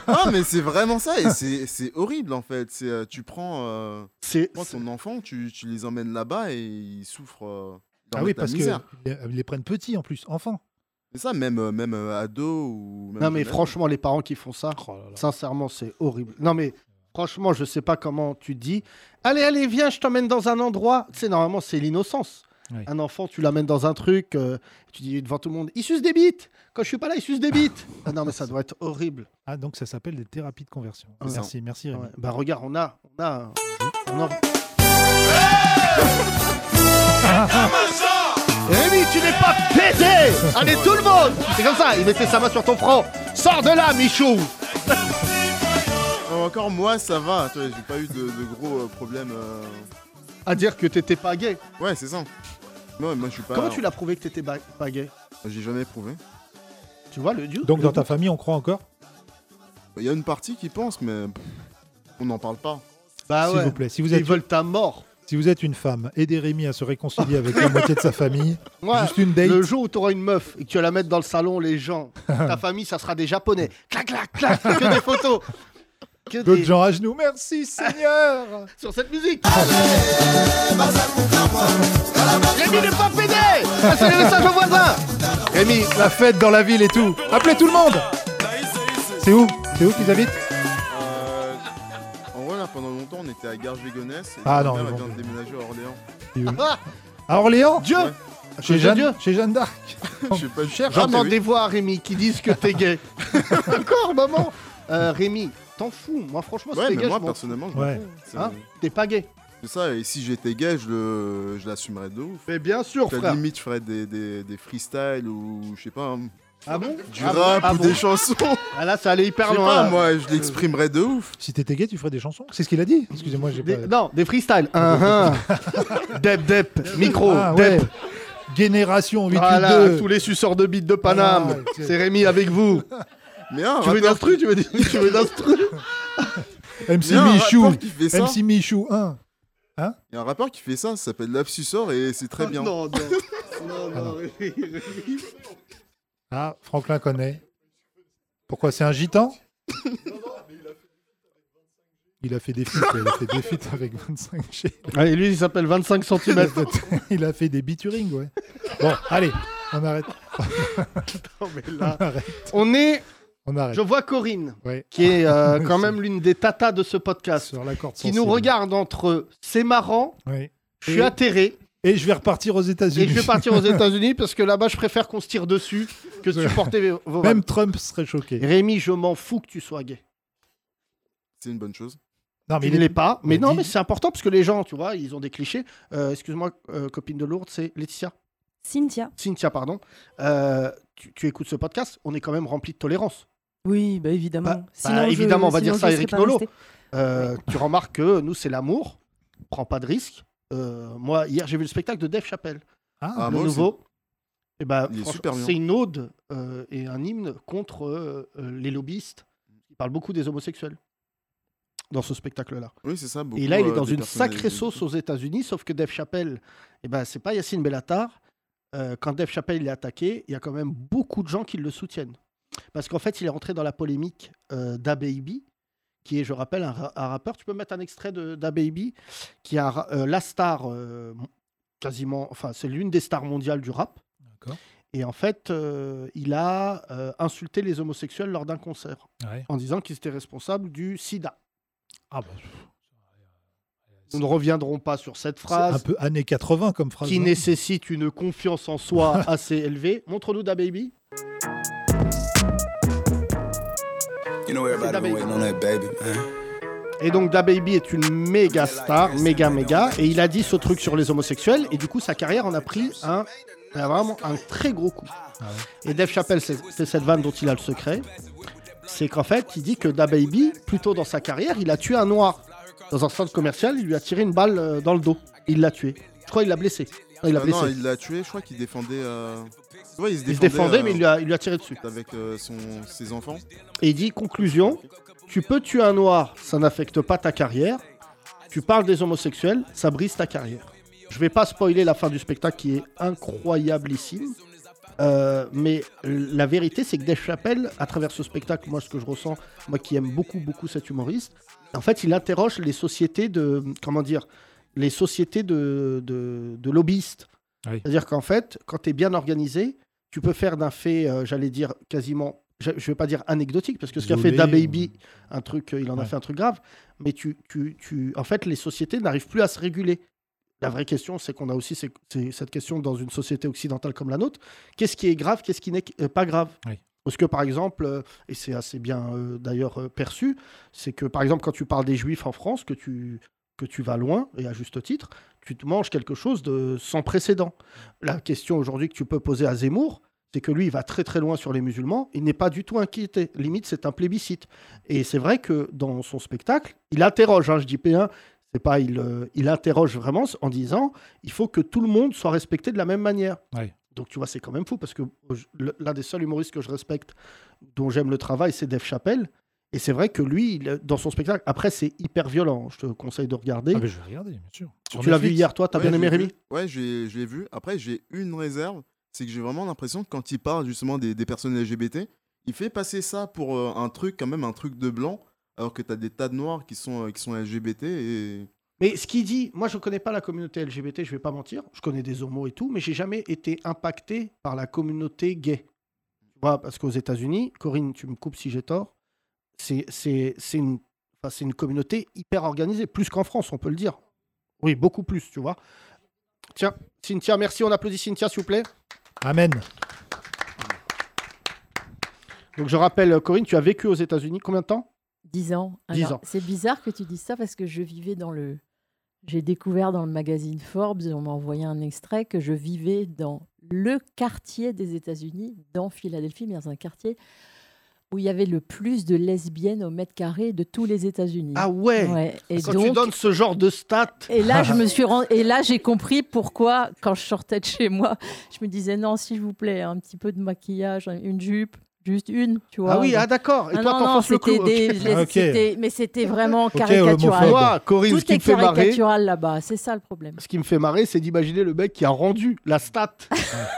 Ah, mais c'est vraiment ça et c'est, c'est horrible en fait. C'est, euh, tu prends, euh,
C'est
tu prends ton enfant, tu, tu les emmènes là-bas et ils souffrent. euh, ils leur
Ah oui,
mettent la
parce que
misère.
ils ils les prennent petits en plus, enfants.
C'est ça, même, euh, même euh, ado ou. Même
Non mais
jeune.
franchement, les parents qui font ça, sincèrement, c'est horrible. Non mais franchement, je sais pas comment tu te dis. Allez, allez, viens, je t'emmène dans un endroit. Tu sais, normalement, c'est l'innocence.
Oui.
Un enfant, tu l'amènes dans un truc, euh, tu dis devant tout le monde, il suce des bites. Quand je suis pas là, il suce des bites. Ah non mais ça doit être horrible.
Ah donc ça s'appelle des thérapies de conversion.
C'est ça.
Merci, merci. Rémi.
Ouais. Bah regarde, on a, on a, un- on a- Rémi, Eh tu n'es pas pédé Allez tout le monde C'est comme ça, il mettait sa main sur ton front. Sors de là, Michou
Euh, Encore moi, ça va. Tu vois, J'ai pas eu de, de gros euh, problèmes. euh.
À dire que t'étais pas gay.
Ouais, c'est ça. Moi, moi, je suis pas.
Comment tu l'as prouvé que t'étais ba- pas gay
J'ai jamais prouvé.
Tu vois le dieu
Donc dans ta famille, on croit encore,
Il y a une partie qui pense, mais pff, on n'en parle pas.
Bah
s'il
ouais.
vous plaît. Si vous
Ils
êtes,
veulent ta mort.
si vous êtes une femme, aidez Rémi à se réconcilier avec [LAUGHS] la moitié de sa famille.
Moi,
Juste une date.
le jour où t'auras une meuf et que tu vas la mettre dans le salon, les
[LAUGHS]
gens, ta famille, ça sera des japonais. Clac, clac, clac Que des photos que
D'autres
des...
gens à genoux. Merci Seigneur.
Sur cette musique Rémi, ne pas pédé Passez le message au voisin Rémi,
[LAUGHS] la fête dans la ville et tout. Appelez tout le monde C'est où C'est où qu'ils habitent
Euh, En vrai, là, pendant longtemps, on était à garges végonesse et
Ah
ma
non,
mère
mais
[LAUGHS]
elle
bon.
vient de déménager à Orléans.
À Orléans
Ah, Dieu
Ouais.
Chez
de Dieu.
Jeanne, chez Jeanne d'Arc.
Je suis pas Ah, cher.
J'entends des voix, Rémi, qui disent que t'es gay. [LAUGHS] D'accord, maman Euh, Rémi, t'en fous. Moi, franchement,
Ouais,
si t'es
mais
gay, je
moi,
m'en fous.
personnellement, je
Ouais.
m'en fous. C'est-
Hein T'es pas gay.
C'est ça, et si j'étais gay, je le- je l'assumerais de ouf.
Mais bien sûr,
Que
frère.
limite, je ferais des, des, des freestyles ou je sais pas, hein,
Ah bon
du
Ah bon
rap
Ah
ou
bon [LAUGHS]
des chansons. Je
Ah là, ça allait hyper
sais
loin.
pas,
là.
moi, je l'exprimerais de ouf.
Si t'étais gay, tu ferais des chansons. C'est ce qu'il a dit. Excusez-moi, j'ai
Des-
pas.
Non, des freestyles.
[LAUGHS]
Un, un. Dep, dep, micro,
Ah, ouais.
dep.
Génération 8
Voilà, tous les suceurs de beat de Paname.
Ah, c'est-
c'est Rémy avec vous.
Mais [LAUGHS] un
tu veux une
rappeur,
instru, tu veux, dire- tu veux une instru
MC
mais un
Michou.
rappeur qui fait ça,
MC Michou 1.
il y a un rappeur qui fait ça, ça s'appelle Lapsusor et c'est très bien.
Ah,
[LAUGHS]
Non, non. non, non, Rémi, Rémi.
Ah, Franklin connaît. Pourquoi c'est un gitan Il a fait des feats, ouais, il a fait des feats avec
[LAUGHS]
25 G.
Ah, et lui, il s'appelle
[LAUGHS]
25 cm.
[LAUGHS]
Il a fait des biturings, ouais. Bon, allez, on arrête,
On est.
on arrête.
Je vois Corinne,
Ouais,
qui est euh,
[LAUGHS] Ouais,
quand
c'est-
même l'une des tatas de ce podcast,
sur la corde
qui
sensible.
nous regarde entre c'est marrant,
Ouais.
je
Et-
suis atterré,
Et je vais repartir aux
et
États-Unis.
je vais partir aux États-Unis parce que là-bas, je préfère qu'on se tire dessus que de supporter vos-
[LAUGHS]
vos.
Même Trump serait choqué.
Rémi, je m'en fous que tu sois gay.
C'est une bonne chose.
Non, mais
il ne
il
l'est
est...
pas. Mais
mais
non,
dis-
mais c'est important parce que les gens, tu vois, ils ont des clichés. Euh, Excuse-moi, euh, copine de Lourdes, c'est Laetitia.
Cynthia.
Cynthia, pardon. Euh, tu, tu écoutes ce podcast, on est quand même rempli de tolérance.
Oui, bah évidemment. sinon,
bah,
je-
évidemment, on va
sinon,
dire
je
ça à
serais
Eric
pas
Nolot.
restée.
Euh, Tu remarques que nous, c'est l'amour. Prends pas de risque. Euh, moi, hier, j'ai vu le spectacle de Dave Chappelle,
Ah,
Ah,
le
moi aussi.
nouveau. Et ben,
Il est
franchement,
super bien.
c'est une ode euh, et un hymne contre euh, euh, les lobbyistes. qui parlent beaucoup des homosexuels dans ce spectacle-là.
Oui, c'est ça. Beaucoup,
Et là, il
euh,
est dans
des
une
personnes
sacrée sauce aux États-Unis, sauf que Dave Chappelle, eh ben, c'est pas Yacine Bellatar. Euh, quand Dave Chappelle il est attaqué, il y a quand même beaucoup de gens qui le soutiennent. Parce qu'en fait, il est rentré dans la polémique euh, d'Ababy, qui est, je rappelle, un, ra- un rappeur. Tu peux mettre un extrait de- d'Ababy, qui est un ra- euh, la star, euh, quasiment, enfin, c'est l'une des stars mondiales du rap.
D'accord.
Et en fait, euh, il a euh, insulté les homosexuels lors d'un concert,
Ouais.
en disant qu'ils étaient responsables du sida.
Ah, bah,
Nous ne reviendrons pas sur cette
c'est un
phrase.
peu années 80 comme phrase.
qui
non
nécessite une confiance en soi
[LAUGHS]
assez élevée. Montre-nous Da Baby.
You know everybody been waiting on that baby, man.
Et donc Da Baby est une méga star, méga méga, et il a dit ce truc sur les homosexuels, et du coup sa carrière en a pris un, un- vraiment un très gros coup.
Ah
Et Dave Chappelle, c'est c'est cette vanne dont il a le secret, c'est qu'en fait il dit que Da Baby, plutôt dans sa carrière, il a tué un noir dans un centre commercial, il lui a tiré une balle euh, dans le dos, il l'a tué. Je crois qu'il l'a blessé. Non, il l'a
Ah
blessé.
non, il l'a tué, je crois qu'il défendait. euh, ouais, il se défendait,
Il se défendait, mais il lui,
euh,
a, il lui a tiré dessus.
Avec euh, son, ses enfants.
Et il dit conclusion, tu peux tuer un noir, ça n'affecte pas ta carrière. Tu parles des homosexuels, ça brise ta carrière. Je vais pas spoiler la fin du spectacle qui est incroyable ici. mais la vérité, c'est que Dave Chappelle, à travers ce spectacle, moi, ce que je ressens, moi qui aime beaucoup, beaucoup cet humoriste, en fait, il interroge les sociétés de. Comment dire Les sociétés de, de, de lobbyistes.
Oui.
C'est-à-dire qu'en fait, quand tu es bien organisé, tu peux faire d'un fait, euh, j'allais dire quasiment. Je ne vais pas dire anecdotique, parce que ce qu'a fait
Isolé,
Da
ou-
Baby, un truc, euh, il en a
Ouais.
fait un truc grave, mais tu, tu, tu, en fait, les sociétés n'arrivent plus à se réguler. La vraie question, c'est qu'on a aussi ces- ces- cette question dans une société occidentale comme la nôtre. Qu'est-ce qui est grave, qu'est-ce qui n'est euh, pas grave
Oui.
Parce que, par exemple, euh, et c'est assez bien euh, d'ailleurs euh, perçu, c'est que, par exemple, quand tu parles des juifs en France, que tu, que tu vas loin, et à juste titre, tu te manges quelque chose de sans précédent. La question aujourd'hui que tu peux poser à Zemmour, c'est que lui, il va très très loin sur les musulmans, il n'est pas du tout inquiété. Limite, c'est un plébiscite. Et c'est vrai que dans son spectacle, il interroge, hein, je dis P1, c'est pas, il, euh, il interroge vraiment en disant il faut que tout le monde soit respecté de la même manière.
Ouais.
Donc tu vois, c'est quand même fou parce que euh, je- le- l'un des seuls humoristes que je respecte, dont j'aime le travail, c'est Dave Chappelle. Et c'est vrai que lui, il, euh, dans son spectacle, après, c'est hyper violent. Je te conseille de regarder.
Ah, mais je vais regarder, bien sûr. Sur
tu l'as vu
Netflix.
hier, toi, t'as
Ouais,
bien
je
aimé
l'ai
Rémi
vu. Ouais, je l'ai- je l'ai vu. Après, j'ai une réserve, c'est que j'ai vraiment l'impression que quand il parle justement des, des personnes LGBT, il fait passer ça pour euh, un truc, quand même un truc de blanc, alors que t'as des tas de noirs qui sont, euh, qui sont LGBT et.
Mais ce qu'il dit, moi je connais pas la communauté LGBT, je vais pas mentir, je connais des homos et tout, mais j'ai jamais été impacté par la communauté gay. Tu vois, parce qu'aux États-Unis, Corinne, tu me coupes si j'ai tort, c'est c'est- c'est une, enfin, c'est une communauté hyper organisée, plus qu'en France, on peut le dire. Oui, beaucoup plus, tu vois. Tiens, Cynthia, merci. On applaudit Cynthia, s'il vous plaît.
Amen.
Donc je rappelle, Corinne, tu as vécu aux États-Unis combien de temps
10 ans.
Dix
Alors,
ans.
C'est bizarre que tu dises ça parce que je vivais dans le. J'ai découvert dans le magazine Forbes, on m'a envoyé un extrait, que je vivais dans le quartier des États-Unis, dans Philadelphie, mais dans un quartier où il y avait le plus de lesbiennes au mètre carré de tous les États-Unis.
Ah ouais,
Ouais, Et
Quand tu
donc.
donnes ce genre de stats, [LAUGHS]
Et là, je me suis rend- et là, j'ai compris pourquoi, quand je sortais de chez moi, je me disais non, s'il vous plaît, un petit peu de maquillage, une jupe, juste une, tu vois.
ah oui,
genre.
ah d'accord. Et
Ah
toi,
non,
t'enfonces
non,
le euh, clou.
c'était des-
ok.
les-
Ah, ok.
c'était- Mais c'était vraiment
Ok,
caricatural.
homophobe.
Moi, Corinne, ce
Tout
qui
est
me fait marrer,
caricatural là-bas, c'est ça le problème.
ce qui me fait marrer, c'est d'imaginer le mec qui a rendu la stat,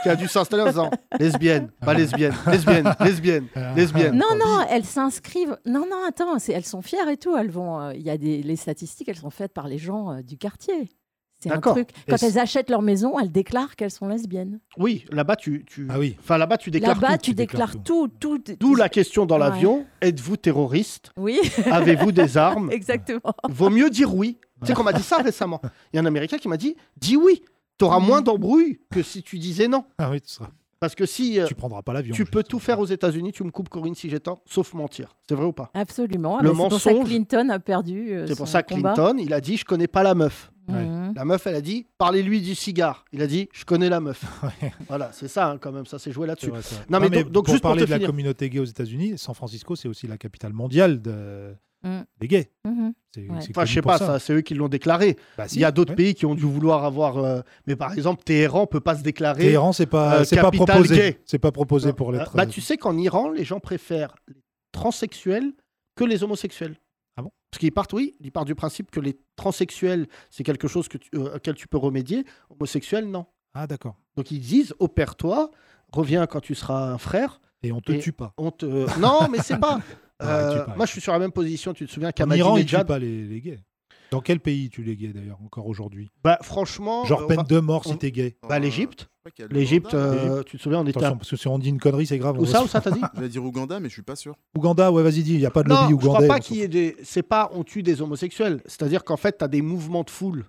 qui a dû s'installer en
[LAUGHS]
disant lesbienne, pas lesbienne, lesbienne, lesbienne,
Euh, ah,
lesbienne.
Non, non, elles s'inscrivent. Non, non, attends, c'est- elles sont fières et tout. Elles vont. euh, Il y a des les statistiques, elles sont faites par les gens euh, du quartier. C'est un
D'accord.
truc.
Et
Quand
c'est-
elles achètent leur maison, elles déclarent qu'elles sont lesbiennes.
Oui, là-bas, tu, tu,
Ah oui.
enfin là-bas, tu déclares.
Là-bas,
tout.
tu déclares tout, tout.
D'où la question dans
Ouais.
l'avion êtes-vous terroriste [LAUGHS]
Oui, [LAUGHS]
Avez-vous des armes
exactement.
Vaut mieux dire oui. Tu sais qu'on m'a dit ça récemment. Il y a un Américain qui m'a dit dis oui, t'auras moins d'embrouilles que si tu disais non.
Ah oui, tu, seras-
Parce que si euh,
tu prendras pas l'avion.
tu peux
juste.
tout faire aux États-Unis, tu me coupes Corinne si j'ai tort, sauf mentir. C'est vrai ou pas
Absolument. Ah
Le
bah, C'est pour ça que
mensonge.
Clinton a perdu. euh,
C'est pour
son
ça que
combat.
Clinton, il a dit je connais pas la meuf.
Ouais.
Mhm.
La meuf, elle a dit parlez-lui du cigare. Il a dit je connais la meuf.
[LAUGHS] Ouais.
Voilà, c'est ça hein, quand même, ça s'est joué
C'est
là-dessus.
vrai, c'est vrai.
Non, mais donc- donc
pour
juste pour
parler
te
de la
finir.
communauté gay aux États-Unis, San Francisco, c'est aussi la capitale mondiale de-
Mm.
des gays.
Mhm.
C'est,
Ouais.
c'est
Enfin,
connu
je sais
pour
pas, ça, c'est eux qui l'ont déclaré.
Bah, si,
Il y a d'autres
ouais.
pays qui ont dû vouloir avoir. euh, Mais par exemple, Téhéran peut pas se déclarer.
Téhéran, c'est pas,
euh,
c'est pas
capitale
proposé.
gay.
C'est pas proposé pour
Euh,
l'être.
bah, tu sais qu'en Iran, les gens préfèrent les transsexuels que les homosexuels.
Ah bon
Parce qu'ils partent, oui, ils partent du principe que les transsexuels, c'est quelque chose que tu- euh, auquel tu peux remédier. Homosexuels, non.
Ah d'accord.
Donc ils disent opère-toi, reviens quand tu seras un frère.
Et on te
Et-
tue pas.
On te... euh, Non, mais
[LAUGHS]
c'est pas.
Ah, il tue
euh,
pas, il
moi, je suis sur la même position. Tu te souviens
En Iran, ils tuent
qu'Ahmadinejad,
pas les, les gays. Dans quel pays tu les gays d'ailleurs encore aujourd'hui
bah, franchement, euh,
Genre
on
peine
va-
de mort si
on-
t'es gay.
bah, l'Égypte,
Je crois qu'il y a le
l'Égypte,
Rwanda.
euh, tu te souviens, on était. à-
Attention parce que si on dit une connerie, c'est grave. on
Où
va
ça,
se-
où ça t'as dit
J'allais dire Ouganda, mais je suis pas sûr.
Ouganda, ouais, vas-y, dis. Il y a pas de
Non,
lobby
je crois
ougandais.
pas
on s'en
qu'il y
fout.
ait des. C'est pas on tue des homosexuels. C'est-à-dire qu'en fait, t'as des mouvements de foule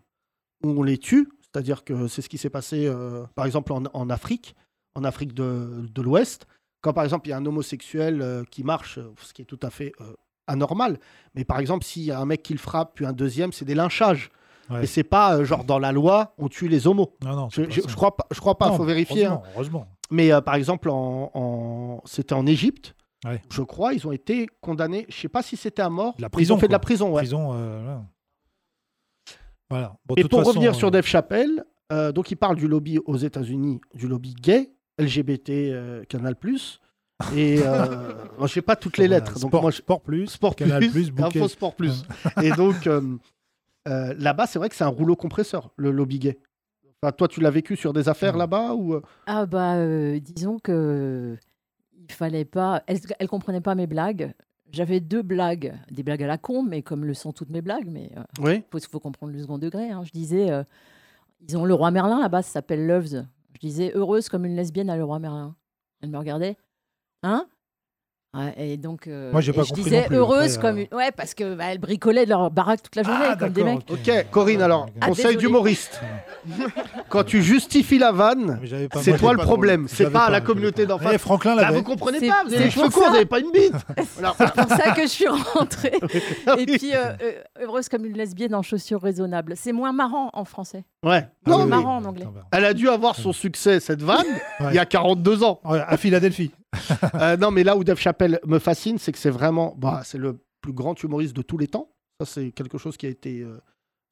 où on les tue. C'est-à-dire que c'est ce qui s'est passé, euh, par exemple, en, en Afrique, en Afrique de, de l'Ouest. Quand, par exemple, il y a un homosexuel euh, qui marche, euh, ce qui est tout à fait euh, anormal. Mais par exemple, s'il y a un mec qui le frappe, puis un deuxième, c'est des lynchages.
Ouais.
Mais c'est pas euh, genre dans la loi, on tue les homos.
Non, non.
Je,
c'est pas
je-
ça.
je crois pas, je crois pas,
Non,
faut vérifier. hein.
Heureusement. heureusement.
Mais euh, par exemple, en, en- c'était en Égypte,
Ouais.
je crois, ils ont été condamnés. Je sais pas si c'était à mort.
De la
ils
prison,
ont fait de la
quoi.
prison. ouais.
Prison. euh, voilà. Voilà. Bon, de
Et
toute
pour
façon,
revenir sur
euh,
Dave Chappelle, euh, donc il parle du lobby aux États-Unis, du lobby gay, LGBT, euh, Canal Et
[LAUGHS]
euh, moi, j'ai pas toutes les
voilà,
lettres.
Sport,
Donc moi, je-
Sport plus.
Sport
Canal
Plus,
plus, Bouquet.
Info Sport Plus. [LAUGHS] Et donc euh, euh, là-bas, c'est vrai que c'est un rouleau compresseur, le lobby gay. Enfin, toi, tu l'as vécu sur des affaires
Ouais.
là-bas ou
Ah bah, euh, disons que il fallait pas. Elle, elle comprenait pas mes blagues. J'avais deux blagues, des blagues à la con, mais comme le sont toutes mes blagues, mais euh,
Oui.
faut, faut comprendre le second degré. hein. Je disais, euh, ils ont le roi Merlin là-bas, ça s'appelle Loves. Je disais heureuse comme une lesbienne à le roi Merlin. Elle me regardait, hein Ouais, Et donc, euh,
Moi, j'ai
et
pas
je
compris
disais
non plus,
heureuse
après,
comme
euh.
une... ouais parce que bah, elles bricolaient de leur baraque toute la journée
Ah,
comme des
d'accord,
mecs.
Ok, Corinne, alors,
Ah,
conseil
désolé.
d'humoriste. Quand tu justifies la vanne,
Mais j'avais pas-
c'est
moi,
toi
j'ai
le
pas
problème.
drôle.
C'est
J'avais
pas à la
j'avais
communauté
pas.
d'enfant.
Eh, Franklin
Là, Ah, vous
l'avait.
comprenez
C'est-
pas, vous
c'est
avez les
pour
cheveux courts,
ça.
vous n'avez pas une bite. Voilà.
[LAUGHS] C'est pour ça que je suis rentrée.
Ah
Et puis, euh, euh, heureuse comme une lesbienne en chaussures raisonnables. C'est moins marrant en français.
[LAUGHS]
Ah
Ouais. Non,
oui,
C'est
oui,
mais
marrant en
oui,
anglais.
attends, bah.
elle a dû avoir son succès, cette vanne,
Ouais.
il y a 42 ans.
Ouais, À Philadelphie.
Euh, non, mais là où Dave Chappelle me fascine, c'est que c'est vraiment. Bah, c'est le plus grand humoriste de tous les temps. Ça, c'est quelque chose qui a été. euh,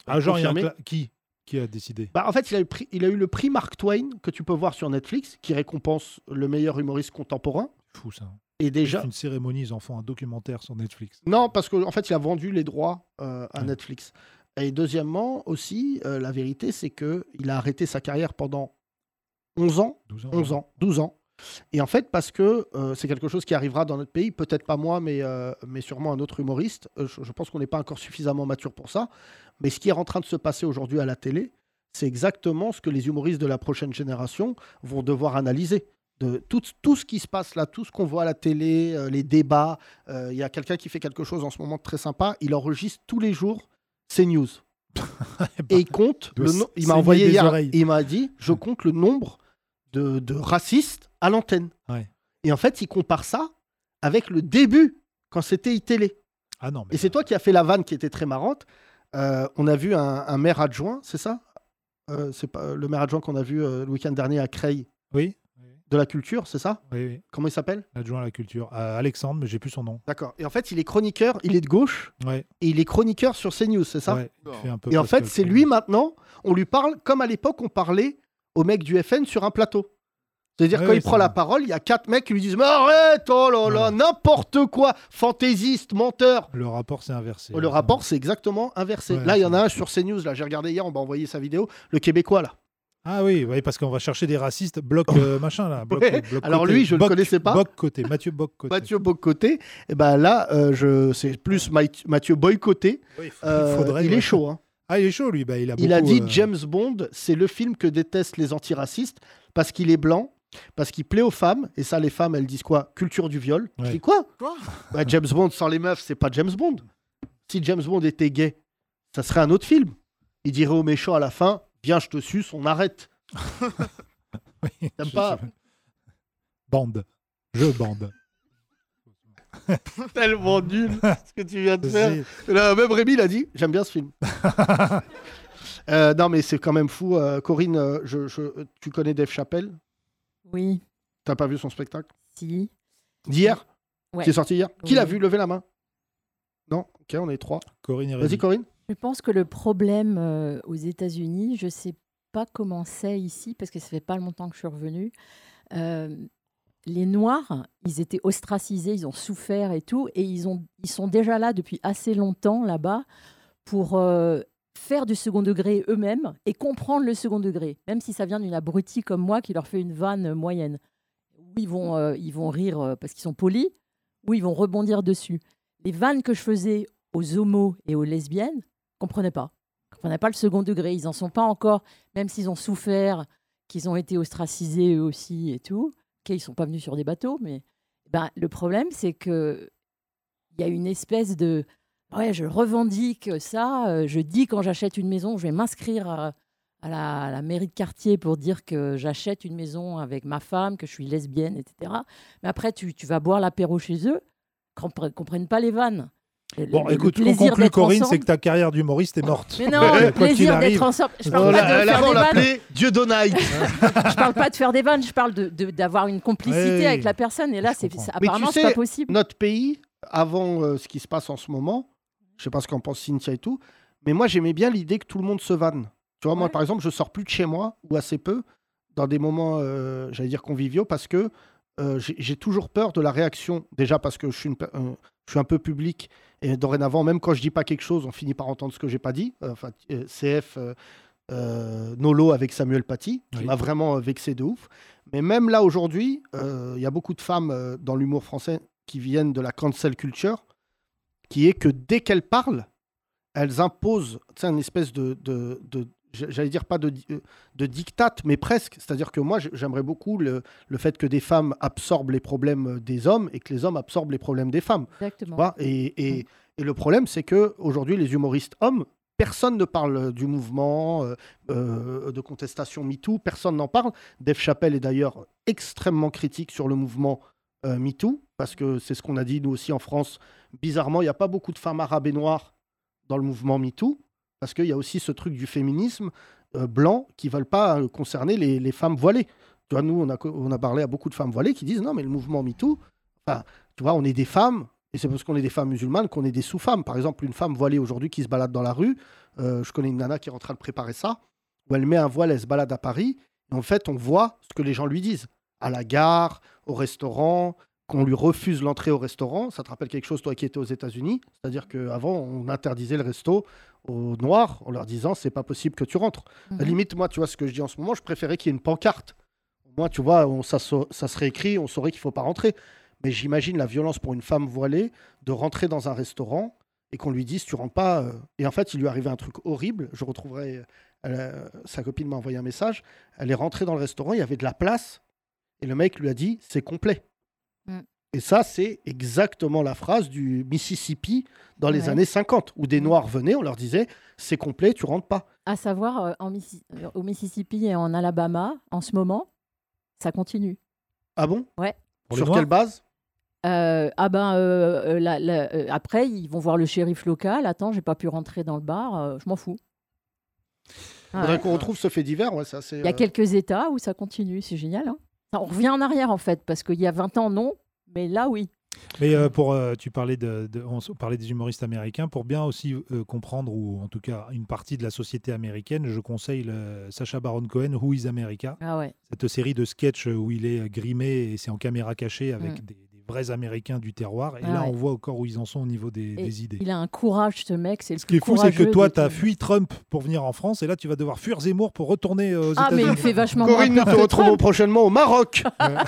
Ah, genre, il y a un
confirmé.
cla- qui Qui a décidé
Bah, en fait, il a, eu le prix- il a eu le prix Mark Twain que tu peux voir sur Netflix, qui récompense le meilleur humoriste contemporain.
Fou ça.
Et déjà,
Une cérémonie, ils en font un documentaire sur Netflix.
Non, parce qu'en en fait, il a vendu les droits euh, à
Ouais.
Netflix. Et deuxièmement, aussi, euh, la vérité, c'est que il a arrêté sa carrière pendant 11 ans,
12 ans.
11
[LAUGHS]
ans, 12 ans. Et en fait, parce que euh, c'est quelque chose qui arrivera dans notre pays, peut-être pas moi, mais, euh, mais sûrement un autre humoriste. Euh, je, je pense qu'on n'est pas encore suffisamment mature pour ça. Mais ce qui est en train de se passer aujourd'hui à la télé, c'est exactement ce que les humoristes de la prochaine génération vont devoir analyser. De tout, tout ce qui se passe là, tout ce qu'on voit à la télé, euh, les débats. Euh, Il y a quelqu'un qui fait quelque chose en ce moment de très sympa. Il enregistre tous les jours CNews. et
bah,
il compte.
doit
le
s-
no- Il m'a
Ah, saigner
envoyé
des
hier,
oreilles. Ah.
et il m'a dit je compte le nombre de, de racistes à l'antenne.
Ouais.
Et en fait, il compare ça avec le début, quand c'était iTélé.
Ah non, mais
Et E. c'est toi qui as fait la vanne qui était très marrante. Euh, on a vu un, un maire adjoint, c'est ça Euh, C'est pas le maire adjoint qu'on a vu euh, le week-end dernier à Creil
Oui.
De la culture, c'est ça
oui, oui.
Comment il s'appelle
L'adjoint à la culture. Euh, Alexandre, mais j'ai plus son nom.
D'accord. Et en fait, il est chroniqueur, il est de gauche,
Ouais.
et il est chroniqueur sur CNews, c'est ça
Ouais, il fait un peu
Et en
Pascal
fait, c'est
Pro.
lui maintenant, on lui parle comme à l'époque on parlait au mec du FN sur un plateau. C'est-à-dire
Ouais,
quand
ouais,
il prend la parole, il y a quatre mecs qui lui disent Mais arrête, oh là là, n'importe quoi, fantaisiste, menteur.
Le rapport s'est inversé.
Oh, Le rapport, c'est exactement inversé.
Ouais,
là, il y en a un sur CNews, là, j'ai regardé hier, on m'a envoyé sa vidéo, le Québécois, là.
Ah oui, ouais, parce qu'on va chercher des racistes,
[LAUGHS]
bloc euh, machin là. Bloc,
Ouais.
bloc
Alors
côté.
lui, je le
Boc-
connaissais pas.
Boc côté, Mathieu Boc côté.
Mathieu Bocoté, et ben là, euh, je c'est plus Maï- Mathieu Boycotté.
Ouais, il faut-
Euh,
il
il,
faudrait,
est
ouais.
chaud, hein.
Ah, il est chaud lui. Bah, il a,
Il a
beaucoup,
dit
euh,
James Bond, c'est le film que détestent les antiracistes parce qu'il est blanc, parce qu'il plaît aux femmes. Et ça, les femmes, elles disent quoi Culture du viol. Je
Ouais.
dis quoi
Quoi
Bah, James Bond sans les meufs, c'est pas James Bond. Si James Bond était gay, ça serait un autre film. Il dirait aux méchants à la fin Viens, je te suce, on arrête.
[LAUGHS] oui,
T'aimes
je
pas [LAUGHS]
sais. Bande. Je bande.
Tellement [LAUGHS] nul ce que tu viens de faire.
C'est-
Là, même Rémi l'a dit, j'aime bien ce [LAUGHS] film. Euh, non, mais c'est quand même fou. euh, Corinne, euh, je, je- tu connais Dave Chappelle
Oui,
T'as pas vu son spectacle
si.
D'hier
Ouais.
Qui est sorti hier Qui l'a
Oui.
vu Levez la main. Non Ok, on est trois.
Corinne et
Vas-y,
Rémi.
Corinne.
Je pense que le problème euh, aux États-Unis, je ne sais pas comment c'est ici, parce que ça fait pas longtemps que je suis revenue. euh, les Noirs, ils étaient ostracisés, ils ont souffert et tout, et ils, ont, ils sont déjà là depuis assez longtemps là-bas pour euh, faire du second degré eux-mêmes et comprendre le second degré, même si ça vient d'une abrutie comme moi qui leur fait une vanne euh, moyenne. Ou ils vont, euh, ils vont rire euh, parce qu'ils sont polis, ou ils vont rebondir dessus. Les vannes que je faisais aux homos et aux lesbiennes, comprenaient pas. comprenaient pas le second degré. Ils en sont pas encore, même s'ils ont souffert, qu'ils ont été ostracisés eux aussi et tout. Ok, ils sont pas venus sur des bateaux, mais ben, le problème, c'est que il y a une espèce de ouais, je revendique ça. euh, Je dis quand j'achète une maison, je vais m'inscrire à, à la, à la mairie de quartier pour dire que j'achète une maison avec ma femme, que je suis lesbienne, etc. Mais après, tu, tu vas boire l'apéro chez eux, compre- comprennent pas les vannes. Le-
Bon,
le- le
écoute, on
plaisir
conclut,
d'être
Corinne,
ensemble.
c'est que ta carrière d'humoriste est morte.
Mais
[LAUGHS]
non, le
Quoi qu'il
plaisir
arrive.
d'être ensemble. Je
Oh
parle,
là,
pas, de faire des vannes.
Dieu [LAUGHS] Donaï.
je parle pas de faire des vannes, je parle de- de- d'avoir une complicité
Ouais,
avec la personne. Et là,
je
c'est
comprends.
c'est-
Mais
apparemment,
tu
c'est
sais,
pas possible.
Notre pays, avant euh, ce qui se passe en ce moment, je sais pas ce qu'en pense Cynthia et tout, mais moi, j'aimais bien l'idée que tout le monde se vanne. Tu vois, moi,
Ouais.
par exemple, je sors plus de chez moi, ou assez peu, dans des moments, euh, j'allais dire conviviaux, parce que euh, j'ai j'ai toujours peur de la réaction. Déjà parce que je suis, une pe- euh, je suis un peu public, et dorénavant, même quand je dis pas quelque chose, on finit par entendre ce que j'ai pas dit. Euh, Enfin, euh, CF. euh, euh, Nolo avec Samuel Paty, qui
Oui.
m'a vraiment euh, vexé de ouf. Mais même là, aujourd'hui, euh, il y a beaucoup de femmes euh, dans l'humour français qui viennent de la cancel culture, qui est que dès qu'elles parlent, elles imposent tu sais, une espèce de, de, de- j- j'allais dire pas de, di- euh, de diktat, mais presque. C'est-à-dire que moi, j- j'aimerais beaucoup le, le fait que des femmes absorbent les problèmes des hommes et que les hommes absorbent les problèmes des femmes. Tu
Exactement.
vois et, et- et le problème, c'est que aujourd'hui, les humoristes hommes, personne ne parle euh, du mouvement euh, euh, de contestation MeToo, personne n'en parle. Dave Chappelle est d'ailleurs extrêmement critique sur le mouvement euh, MeToo, parce que c'est ce qu'on a dit nous aussi en France. Bizarrement, il n'y a pas beaucoup de femmes arabes et noires dans le mouvement MeToo, parce qu'il y a aussi ce truc du féminisme euh, blanc qui ne veulent pas euh, concerner les, les femmes voilées. Tu vois, nous, on a, co- on a parlé à beaucoup de femmes voilées qui disent non, mais le mouvement MeToo, enfin, tu vois, on est des femmes, et c'est parce qu'on est des femmes musulmanes qu'on est des sous-femmes. Par exemple, une femme voilée aujourd'hui qui se balade dans la rue, euh, je connais une nana qui est en train de préparer ça, où elle met un voile, elle se balade à Paris, et en fait, on voit ce que les gens lui disent. À la gare, au restaurant, qu'on lui refuse l'entrée au restaurant. Ça te rappelle quelque chose, toi qui étais aux États-Unis C'est-à-dire qu'avant, on interdisait le resto aux Noirs en leur disant c'est pas possible que tu rentres. À la
Mhm.
Limite, moi, tu vois ce que je dis en ce moment, je préférais qu'il y ait une pancarte. Moi, tu vois, on- ça, so- ça serait écrit, on saurait qu'il faut pas rentrer. Mais j'imagine la violence pour une femme voilée de rentrer dans un restaurant et qu'on lui dise tu rentres pas. euh. Et en fait, il lui arrivait un truc horrible. Je retrouverai. euh, sa copine m'a envoyé un message. Elle est rentrée dans le restaurant, il y avait de la place. Et le mec lui a dit c'est complet.
Mm.
Et ça, c'est exactement la phrase du Mississippi dans les
Ouais. Mm.
années 50, où des Noirs venaient, on leur disait c'est complet, tu rentres pas.
À savoir, euh, en Missi- euh, au Mississippi et en Alabama, en ce moment, ça continue.
Ah bon
Ouais.
Pour les
Sur
Noirs
quelle base
Euh, ah ben, euh, euh, la- la- euh, après, ils vont voir le shérif local. Attends, j'ai pas pu rentrer dans le bar, euh, je m'en fous. Ah
Faudrait
ouais.
qu'on retrouve ce fait divers. Ouais, ça, c'est,
Il y a
euh,
quelques États où ça continue, c'est génial. hein. Enfin, on revient en arrière en fait, parce qu'il y a 20 ans, non, mais là, oui.
Mais euh, pour, euh, tu parlais, de, de- on s- on parlait des humoristes américains. Pour bien aussi euh, comprendre, ou en tout cas une partie de la société américaine, je conseille le, Sacha Baron Cohen, Who is America
Ah ouais.
Cette série de sketchs où il est euh, grimé et c'est en caméra cachée avec
Mm.
des, des vrais Américains du terroir. Et
Ah
là,
ouais.
on voit encore où ils en sont au niveau des,
Et
des idées.
Il a un courage, ce mec. C'est le
Ce qui est fou, c'est que toi, tu as
fui
fui Trump pour venir en France et là, tu vas devoir fuir Zemmour pour retourner euh, aux
Ah, mais il
États-Unis.
me fait vachement moins
Corinne, nous
peur
te
que
retrouvons
Trump.
prochainement au Maroc, [LAUGHS]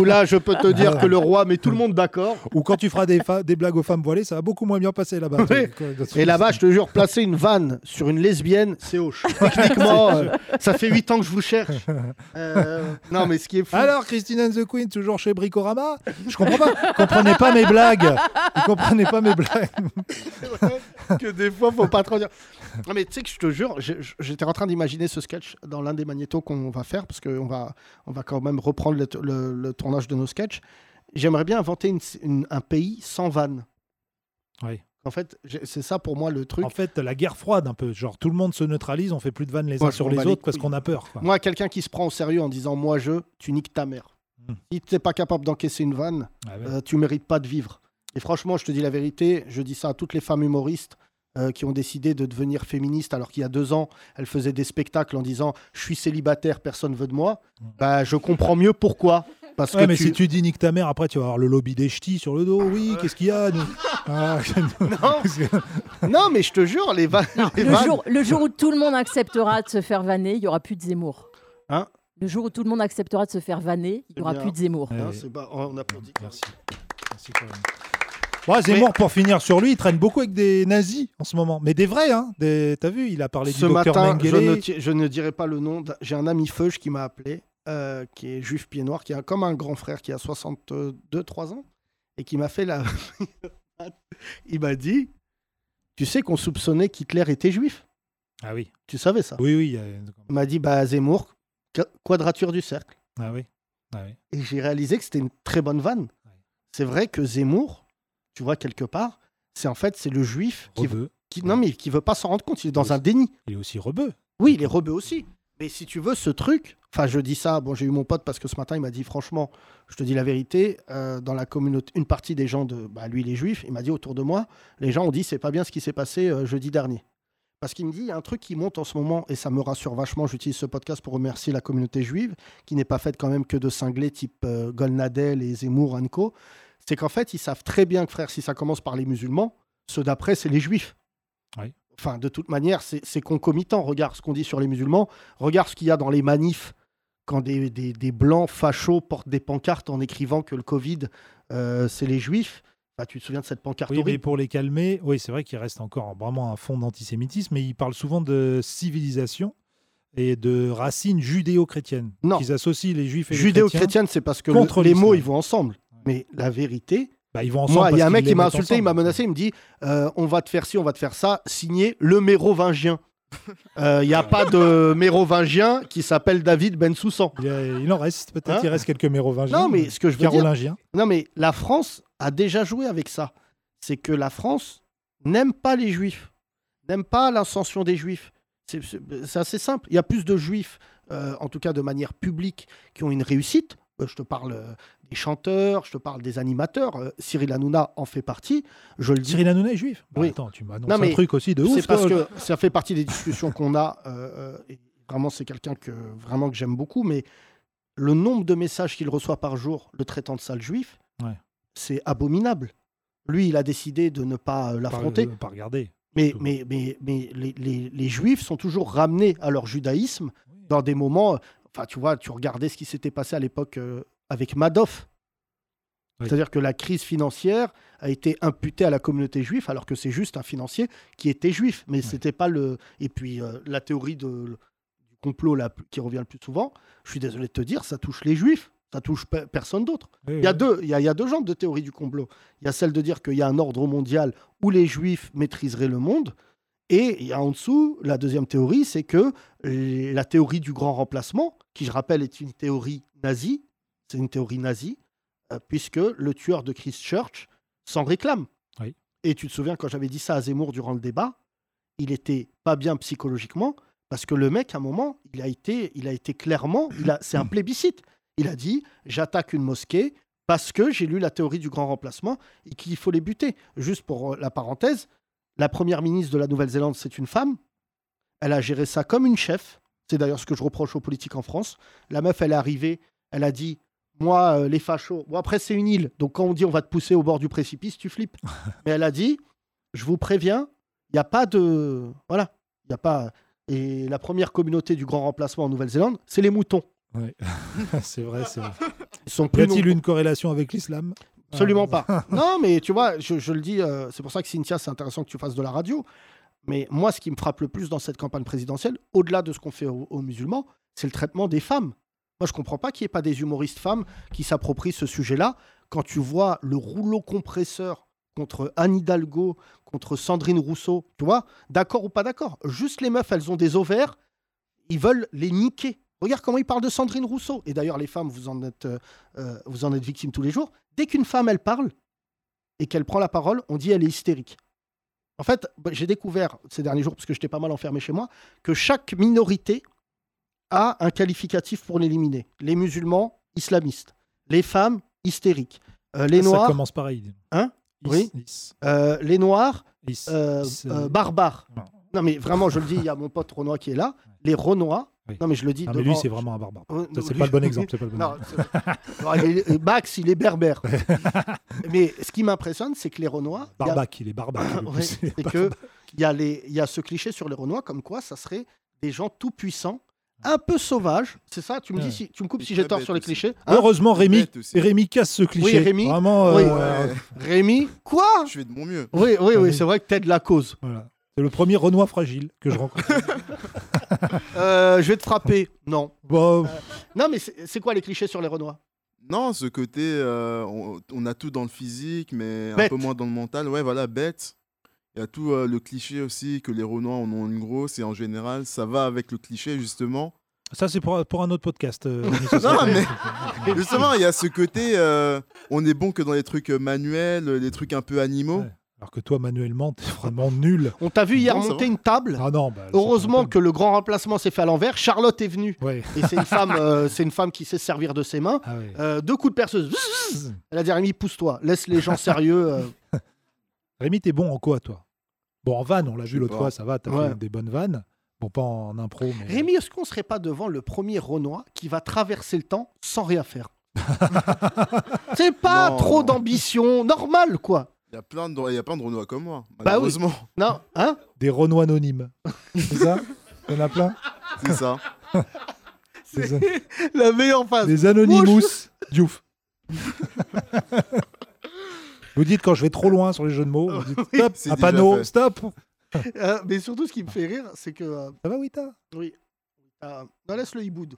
où là, je peux te dire que le roi met tout le monde d'accord.
Ou quand tu feras des, fa- des blagues aux femmes voilées, ça va beaucoup moins bien passer
[LAUGHS]
là-bas. euh,
Ouais. Et là-bas, je te jure, placer une vanne sur une lesbienne, c'est hoche. Techniquement, euh, ça fait 8 ans que je vous cherche. Euh, non, mais ce qui est fou.
Alors, Christine and the Queen, toujours chez Bricorama Je comprends pas. Vous comprenez pas mes blagues. Vous comprenez pas mes blagues.
[LAUGHS] que des fois, faut pas trop dire. Non, mais tu sais que je te jure, j'ai- j'étais en train d'imaginer ce sketch dans l'un des magnétos qu'on va faire, parce qu'on va, on va quand même reprendre le, t- le- le tournage de nos sketchs. J'aimerais bien inventer une- une- un pays sans vanne.
Ouais.
En fait, j'ai- c'est ça pour moi le truc.
En fait, la guerre froide, un peu. Genre, tout le monde se neutralise, on fait plus de vannes les
Moi,
uns
je
sur
m'en
les
bats les
autres parce
couilles.
qu'on a peur. quoi.
Moi, quelqu'un qui se prend au sérieux en disant moi je, tu niques ta mère.
Hmm.
Si tu n'es pas capable d'encaisser une vanne,
Ah ouais.
euh, tu mérites pas de vivre. Et franchement, je te dis la vérité, je dis ça à toutes les femmes humoristes euh, qui ont décidé de devenir féministes alors qu'il y a deux ans, elles faisaient des spectacles en disant je suis célibataire, personne veut de moi. Bah, je comprends mieux pourquoi. Parce
Ouais,
que
mais
tu-
si tu dis nique ta mère, après tu vas avoir le lobby des ch'tis sur le dos. Oui, qu'est-ce qu'il y a nous Ah,
[LAUGHS]
[LAUGHS]
non, mais je te jure, les vannes. les
Le
vannes-
jour, le jour où tout le monde acceptera de se faire vanner, il y aura plus de Zemmour.
Hein
le jour où tout le monde acceptera de se faire vanner, il
Eh
y aura
bien.
plus de Zemmour.
Hein,
Ouais.
c'est pas- On applaudit.
Merci. Merci quand même. Ouais, Zemmour, pour finir sur lui, il traîne beaucoup avec des nazis en ce moment. Mais des vrais, hein. Des... T'as vu, il a parlé
Ce
du docteur
matin, je
Mengele.
ne, ti- je ne dirai pas le nom. d'un- J'ai un ami Feuge qui m'a appelé, euh, qui est juif pied noir, qui a comme un grand frère qui a 62-3 ans, et qui m'a fait la. [LAUGHS] Il m'a dit Tu sais qu'on soupçonnait qu'Hitler était juif
Ah oui.
Tu savais ça
Oui, oui. il y a-
Il m'a dit Bah, Zemmour, qu- quadrature du cercle.
Ah oui. Ah oui.
Et j'ai réalisé que c'était une très bonne vanne. C'est vrai que Zemmour, tu vois, quelque part, c'est en fait c'est le juif qui,
Rebeu.
qui- non, mais qui veut pas s'en rendre compte. Il est dans un déni.
Il est aussi rebeu.
Oui, les rebeux aussi. Mais si tu veux, ce truc, enfin, je dis ça, bon, j'ai eu mon pote parce que ce matin, il m'a dit, franchement, je te dis la vérité, euh, dans la communauté, une partie des gens de, bah, lui, il est juif, il m'a dit autour de moi, les gens ont dit, c'est pas bien ce qui s'est passé euh, jeudi dernier. Parce qu'il me dit, il y a un truc qui monte en ce moment, et ça me rassure vachement, j'utilise ce podcast pour remercier la communauté juive, qui n'est pas faite quand même que de cinglés type euh, Golnadel et Zemmour, Anko, c'est qu'en fait, ils savent très bien que, frère, si ça commence par les musulmans, ceux d'après, c'est les juifs. Enfin, de toute manière, c'est c'est concomitant. Regarde ce qu'on dit sur les musulmans. Regarde ce qu'il y a dans les manifs quand des, des- des blancs fachos portent des pancartes en écrivant que le Covid, euh, c'est les juifs. Bah, tu te souviens de cette pancarte
Oui, mais
horrible
pour les calmer, oui, c'est vrai qu'il reste encore vraiment un fond d'antisémitisme, mais ils parlent souvent de civilisation et de racines judéo-chrétiennes.
Non.
Qu'ils associent les juifs et les chrétiens.
Judéo-chrétienne, c'est parce que le-
contre
les mots,
l'islam.
ils vont ensemble. Mais la vérité,
Bah, ils vont ensemble.
moi, il y a
parce
un mec
qu'ils
qui m'a
les mettent
insulté, il m'a
ensemble.
menacé, il me dit euh, on va te faire ci, on va te faire ça, signé le mérovingien. Euh, Il n'y a pas de mérovingien qui s'appelle David Bensoussan.
Il, y a- il en reste, peut-être,
Hein
il reste quelques mérovingiens.
Non, mais ce que je veux dire,
Carolingiens.
Non, mais la France a déjà joué avec ça. C'est que la France n'aime pas les juifs, n'aime pas l'ascension des juifs. C'est c'est- c'est assez simple. Il y a plus de juifs, euh, en tout cas de manière publique, qui ont une réussite. Euh, Je te parle euh, des chanteurs, je te parle des animateurs. Euh, Cyril Hanouna en fait partie. Je le dis.
Cyril Hanouna est juif. Bah,
Oui.
Attends, tu m'annonces
Non,
un
mais
truc aussi de ouf.
C'est parce
toi.
que ça fait partie des discussions qu'on a. euh, euh, et vraiment, c'est quelqu'un que vraiment que j'aime beaucoup, mais le nombre de messages qu'il reçoit par jour, le traitant de sale juif,
Ouais.
c'est abominable. Lui, il a décidé de ne pas euh,
Pas-
l'affronter.
euh, Pas regarder.
Mais, mais, mais, mais les, les- les juifs sont toujours ramenés à leur judaïsme dans des moments. euh, Enfin, tu vois, tu regardais ce qui s'était passé à l'époque euh, avec Madoff.
Oui.
C'est-à-dire que la crise financière a été imputée à la communauté juive, alors que c'est juste un financier qui était juif. Mais c'était pas le. Et puis, euh, la théorie de, du complot la plus- qui revient le plus souvent, je suis désolé de te dire, ça touche les juifs. Ça touche pe- personne d'autre. Il y, a deux, il, y a, il y a deux genres de théorie du complot. Il y a celle de dire qu'il y a un ordre mondial où les juifs maîtriseraient le monde. Et il y a en dessous, la deuxième théorie, c'est que les- la théorie du grand remplacement, qui je rappelle est une théorie nazie, c'est une théorie nazie, euh, puisque le tueur de Christchurch s'en réclame.
Oui.
Et tu te souviens quand j'avais dit ça à Zemmour durant le débat, il était pas bien psychologiquement parce que le mec, à un moment, il a été, il a été clairement, il a, c'est un plébiscite. Il a dit j'attaque une mosquée parce que j'ai lu la théorie du grand remplacement et qu'il faut les buter. Juste pour euh, la parenthèse, la première ministre de la Nouvelle-Zélande, c'est une femme. Elle a géré ça comme une chef. C'est d'ailleurs ce que je reproche aux politiques en France. La meuf, elle est arrivée, elle a dit Moi, euh, les fachos. Bon, après, c'est une île. Donc, quand on dit on va te pousser au bord du précipice,
[LAUGHS]
tu flippes. Mais elle a dit Je vous préviens, il n'y a pas de. Voilà. Il n'y a pas. Et la première communauté du grand remplacement en Nouvelle-Zélande, c'est les moutons.
Ouais. [LAUGHS] c'est vrai, c'est vrai.
Ils sont
Y
[LAUGHS] plus
a-t-il
nombreux.
une corrélation avec l'islam Ah,
Absolument pas. Non, mais tu vois, je, je le dis, euh, c'est pour ça que Cynthia, c'est intéressant que tu fasses de la radio. Mais moi, ce qui me frappe le plus dans cette campagne présidentielle, au-delà de ce qu'on fait aux, aux musulmans, c'est le traitement des femmes. Moi, je comprends pas qu'il n'y ait pas des humoristes femmes qui s'approprient ce sujet-là. Quand tu vois le rouleau compresseur contre Anne Hidalgo, contre Sandrine Rousseau, tu vois, d'accord ou pas d'accord, juste les meufs, elles ont des ovaires, ils veulent les niquer. Regarde comment ils parlent de Sandrine Rousseau. Et d'ailleurs, les femmes, vous en êtes, euh, euh, vous en êtes victimes tous les jours. Dès qu'une femme, elle parle et qu'elle prend la parole, on dit elle est hystérique. En fait, bah, j'ai découvert ces derniers jours, parce que j'étais pas mal enfermé chez moi, que chaque minorité a un qualificatif pour l'éliminer. Les musulmans, islamistes. Les femmes, hystériques. Euh, les
Ah,
noirs.
Ça commence pareil.
Hein
Is-
Oui.
is.
Euh, les Noirs,
Is-
euh,
is, euh,
euh, barbares.
Non.
Non, mais vraiment, je le dis, il y a mon pote Renoir qui est là. Les Renois.
Oui.
Non, mais je le dis.
Ah, mais lui,
devant-
c'est vraiment un
[LAUGHS]
barbare.
Euh,
Ça, c'est
lui-
pas le bon exemple. C'est pas le bon
[LAUGHS] Non,
exemple.
c'est- Non, il est- Max, il
[LAUGHS]
est berbère. mais ce qui m'impressionne, c'est que les Renois. il y [LAUGHS] a-
Barbac, il est barbac. [LAUGHS]
Ouais, c'est que il y, a les- il y a ce cliché sur les Renois comme quoi ça serait des gens tout puissants, un peu sauvages. C'est ça Tu me
Ouais.
dis si tu me coupes
Et
si j'ai
très
tort
bêtes
sur les
aussi.
clichés. hein
Heureusement, Rémi,
Bête aussi.
Rémi casse ce cliché.
Rémi.
Vraiment. euh,
Oui.
euh,
Hein, Rémi, quoi
Je fais de mon mieux.
Oui, oui,
oui.
oui, c'est vrai que t'aides la cause.
voilà. C'est le premier Renoir fragile que
[LAUGHS]
je rencontre.
Euh, je vais te frapper. Non.
bon,
Non, mais c'est c'est quoi les clichés sur les Renois
Non, ce côté, euh, on, on a tout dans le physique, mais
Bête.
un peu moins dans le mental. Ouais, voilà, bête. Il y a tout euh, le cliché aussi que les Renois en ont une grosse et en général, ça va avec le cliché justement.
ça, c'est pour, pour un autre podcast. euh, Rémi, ce
Non,
soir.
mais justement, il y a ce côté, euh, on est bon que dans les trucs euh, manuels, les trucs un peu animaux.
Ouais. Alors que toi, manuellement, t'es vraiment nul.
On t'a vu hier
Non, ça
monter
va.
une table.
Ah non, bah,
Heureusement
c'est pas
que le grand remplacement s'est fait à l'envers. Charlotte est venue.
le thème. Ouais.
Et c'est une femme, euh, c'est une femme qui sait se servir de ses mains.
Ah ouais.
Euh, deux coups de perceuse. Elle a dit Rémi, pousse-toi. Laisse les gens sérieux.
[LAUGHS]
euh.
Rémi, t'es bon en quoi, toi Bon, en vanne, on l'a vu l'autre
pas.
fois, ça va, t'as
Ouais.
fait des bonnes vannes. Bon, pas en impro, mais.
Rémi, est-ce qu'on serait pas devant le premier Renoir qui va traverser le temps sans rien
[LAUGHS]
faire C'est pas
Non.
trop d'ambition. Normal, quoi.
Il y a plein de, il y a plein de Renois comme moi.
Bah oui.
Malheureusement,
Non,
[LAUGHS]
hein
Des Renois anonymes. c'est ça Il y en a plein
[LAUGHS]
c'est ça.
Des,
La meilleure phase.
des Anonymous Diouf. vous dites quand je vais trop loin sur les jeux de mots, vous dites stop,
c'est
un
déjà
panneau,
fait.
stop
Euh, mais surtout, ce qui me fait rire, c'est que. euh,
Ça va, Wita
euh, non, laisse le hiboud.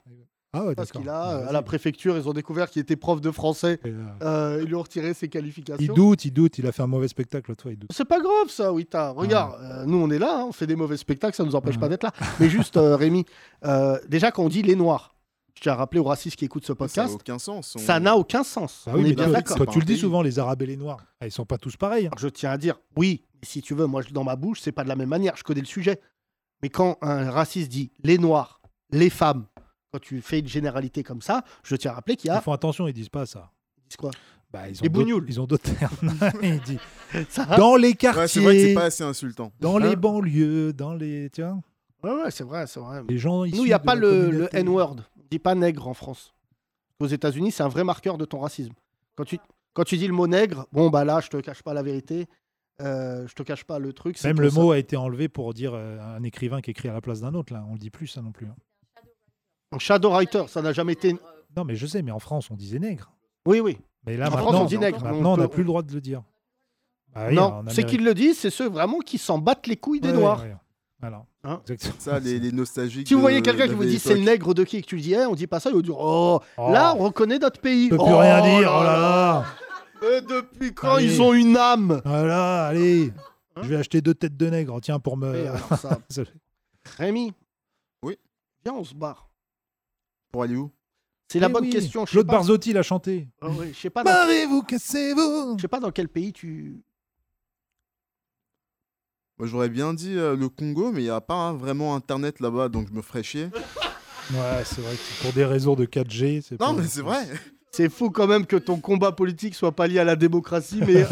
Ah ouais,
Parce
d'accord.
qu'il a, euh,
Vas-y.
à la préfecture, ils ont découvert qu'il était prof de français.
Et, euh,
Euh, ils lui ont retiré ses
Il
qualifications.
doute, il doute, il a fait un mauvais spectacle l'autre fois, il doute.
C'est pas grave ça, Wita. Regarde,
Ah.
euh, nous on est là, hein, on fait des mauvais spectacles, ça nous empêche pas d'être là. Mais juste, euh, Rémi, euh, déjà quand on dit les Noirs, je tiens à rappeler aux racistes qui écoutent ce
Ça n'a
podcast,
aucun sens. on-
ça n'a aucun sens.
Ah
on
oui,
est
mais
bien
toi-
d'accord.
toi, tu le dis
Pays.
souvent, les Arabes et les Noirs, ah, ils sont pas tous pareils. hein.
Alors, Je tiens à dire, oui, si tu veux, moi je- dans ma bouche, c'est pas de la même manière, je connais le sujet. Mais quand un raciste dit les Noirs, les femmes, quand tu fais une généralité comme ça, je tiens à rappeler qu'il y
[LAUGHS] Ils
a.
font attention, ils disent pas ça.
Ils disent quoi
Bah, ils ont
Les Ah.
d'autres-
bougnoules.
Ils ont d'autres
[LAUGHS]
termes. Il dit,
Ça-
dans les
Ouais, c'est vrai que
quartiers,
c'est pas assez insultant.
dans les
Hein
banlieues, dans les. Tiens,
Ouais, ouais, c'est vrai, c'est vrai.
les gens.
Nous,
issus
il n'y a
de
pas
la
le, le
communauté.
N-word. On dit pas nègre en France. Aux États-Unis, c'est un vrai marqueur de ton racisme. Quand tu, quand tu dis le mot nègre, bon, bah là, je te cache pas la vérité. euh, je te cache pas le truc. c'est
Même
que
le
ça-
mot a été enlevé pour dire euh, un écrivain qui écrit à la place d'un autre. Là, on le dit plus ça non plus. hein.
Shadow writer, ça n'a jamais été.
Non, mais je sais, mais en France, on disait nègre.
Oui, oui.
Mais là,
En France,
maintenant,
on dit nègre, mais on
maintenant, on n'a
peut-
plus le droit de le dire. Bah oui,
non,
en
ceux qui
Amérique-
le disent, c'est ceux vraiment qui s'en battent les couilles des
Ouais,
noirs. Hein
ouais, ouais. Alors,
Ça, les, les nostalgiques.
Si vous
de-
voyez quelqu'un
de
qui vous
la
dit
vieille
c'est le
époque.
nègre de qui et que tu lui dis eh, on dit pas ça, il va dire oh, là on reconnaît notre pays.
peut plus
Oh
rien dire, oh là là. Ah
Mais depuis quand
Allez.
ils ont une âme
Voilà, allez. Je vais acheter deux têtes de nègre, tiens, pour me.
Et
[LAUGHS]
Eh, alors ça- Rémi
Oui.
Viens, on se barre.
Pour aller où
C'est la
Eh
bonne
oui, Bah
question. je sais
Claude
pas.
Barzotti l'a chanté.
Ah ouais, Je sais pas. dans-
Barrez-vous, cassez-vous.
Je sais pas dans quel pays tu.
Moi, J'aurais bien dit euh, le Congo, mais il n'y a pas hein, vraiment internet là-bas, donc je me ferais chier.
Ouais, c'est vrai que pour des réseaux de 4G, c'est
Non,
pas-
mais c'est vrai
C'est fou quand même que ton combat politique soit pas lié à la démocratie, [LAUGHS] mais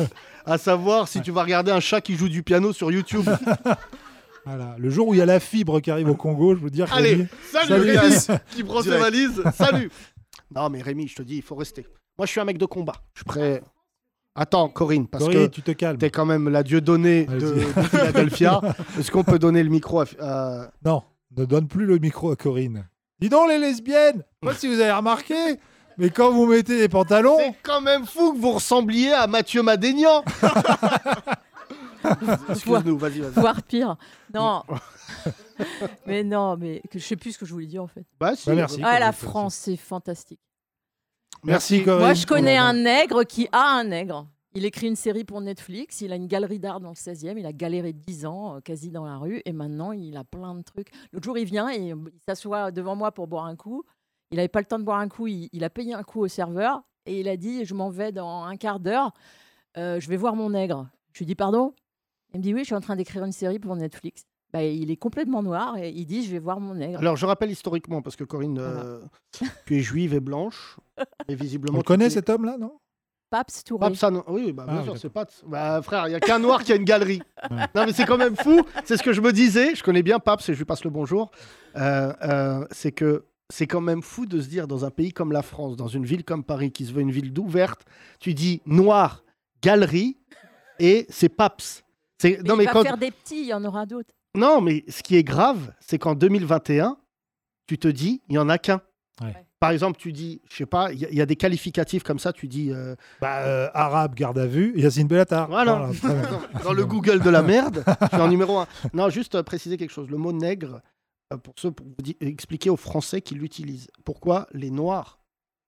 à savoir si tu vas regarder un chat qui joue du piano sur YouTube.
Voilà. Le jour où il y a la fibre qui arrive au Congo, je veux dire. que-
Allez, [LAUGHS] salut,
Salut,
Rémi,
Lucas.
qui prend ses
Direct.
valises, salut. [LAUGHS] Non mais Rémi, je te dis, il faut rester. Moi, je suis un mec de combat. Je suis prêt. Attends, Corinne, parce
Corinne,
que
tu te calmes.
t'es quand même la dieu donnée de,
Vas-y. [LAUGHS]
de Philadelphia. Est-ce qu'on peut donner le micro à, à-
Non, ne donne plus le micro à Corinne. Dis donc, les lesbiennes, je sais pas si vous avez remarqué, mais quand vous mettez des pantalons,
C'est quand même fou que vous ressembliez à
[LAUGHS]
Mathieu Madénian. Excuse-nous, vas-y, vas-y.
[LAUGHS] voire pire.
[LAUGHS]
Non. mais non, mais que, je sais plus ce que je voulais dire en fait.
Bah, si.
Bah, merci.
Ah, la
Corinne,
France, c'est fantastique.
merci Corinne.
Moi, je connais
Oh là
un
là.
nègre qui a un nègre. Il écrit une série pour Netflix, il a une galerie d'art dans le 16e, il a galéré 10 ans, euh, quasi dans la rue, et maintenant il a plein de trucs. L'autre jour, il vient et euh, il s'assoit devant moi pour boire un coup. Il n'avait pas le temps de boire un coup, il, il a payé un coup au serveur, et il a dit Je m'en vais dans un quart d'heure, euh, je vais voir mon nègre. Je lui dis Pardon Il me dit Oui, je suis en train d'écrire une série pour Netflix. Bah, il est complètement noir, et il dit Je vais voir mon nègre.
Alors, je rappelle historiquement, parce que Corinne, euh, tu es juive et blanche, mais visiblement.
On le
tu
connaît
t'es-
cet homme-là, non
Paps Touré.
Pape San- Oui, bah, bien
Ah,
sûr,
oui,
c'est pas. Bah, frère, il y a qu'un noir qui a une galerie.
[LAUGHS] Ouais.
Non, mais c'est quand même fou. C'est ce que je me disais. Je connais bien Pape, et je lui passe le bonjour. Euh, euh, c'est que c'est quand même fou de se dire dans un pays comme la France, dans une ville comme Paris, qui se veut une ville d'ouverte, tu dis noir, galerie, et c'est Paps. C'est-
Mais il va faire des petits, il y en aura d'autres.
Non, mais ce qui est grave, c'est qu'en 2021, tu te dis, il n'y en a qu'un.
Ouais.
Par exemple, tu dis, je sais pas, il y, a- il y a des qualificatifs comme ça, tu dis, euh,
Bah, euh, arabe, garde à vue, Yacine Bellatar.
Voilà.
très bien.
[LAUGHS] dans, dans le Google de la merde, je suis en numéro un. Non, juste euh, préciser quelque chose. Le mot nègre, euh, pour ceux, pour vous di- expliquer aux Français qui l'utilisent, pourquoi les Noirs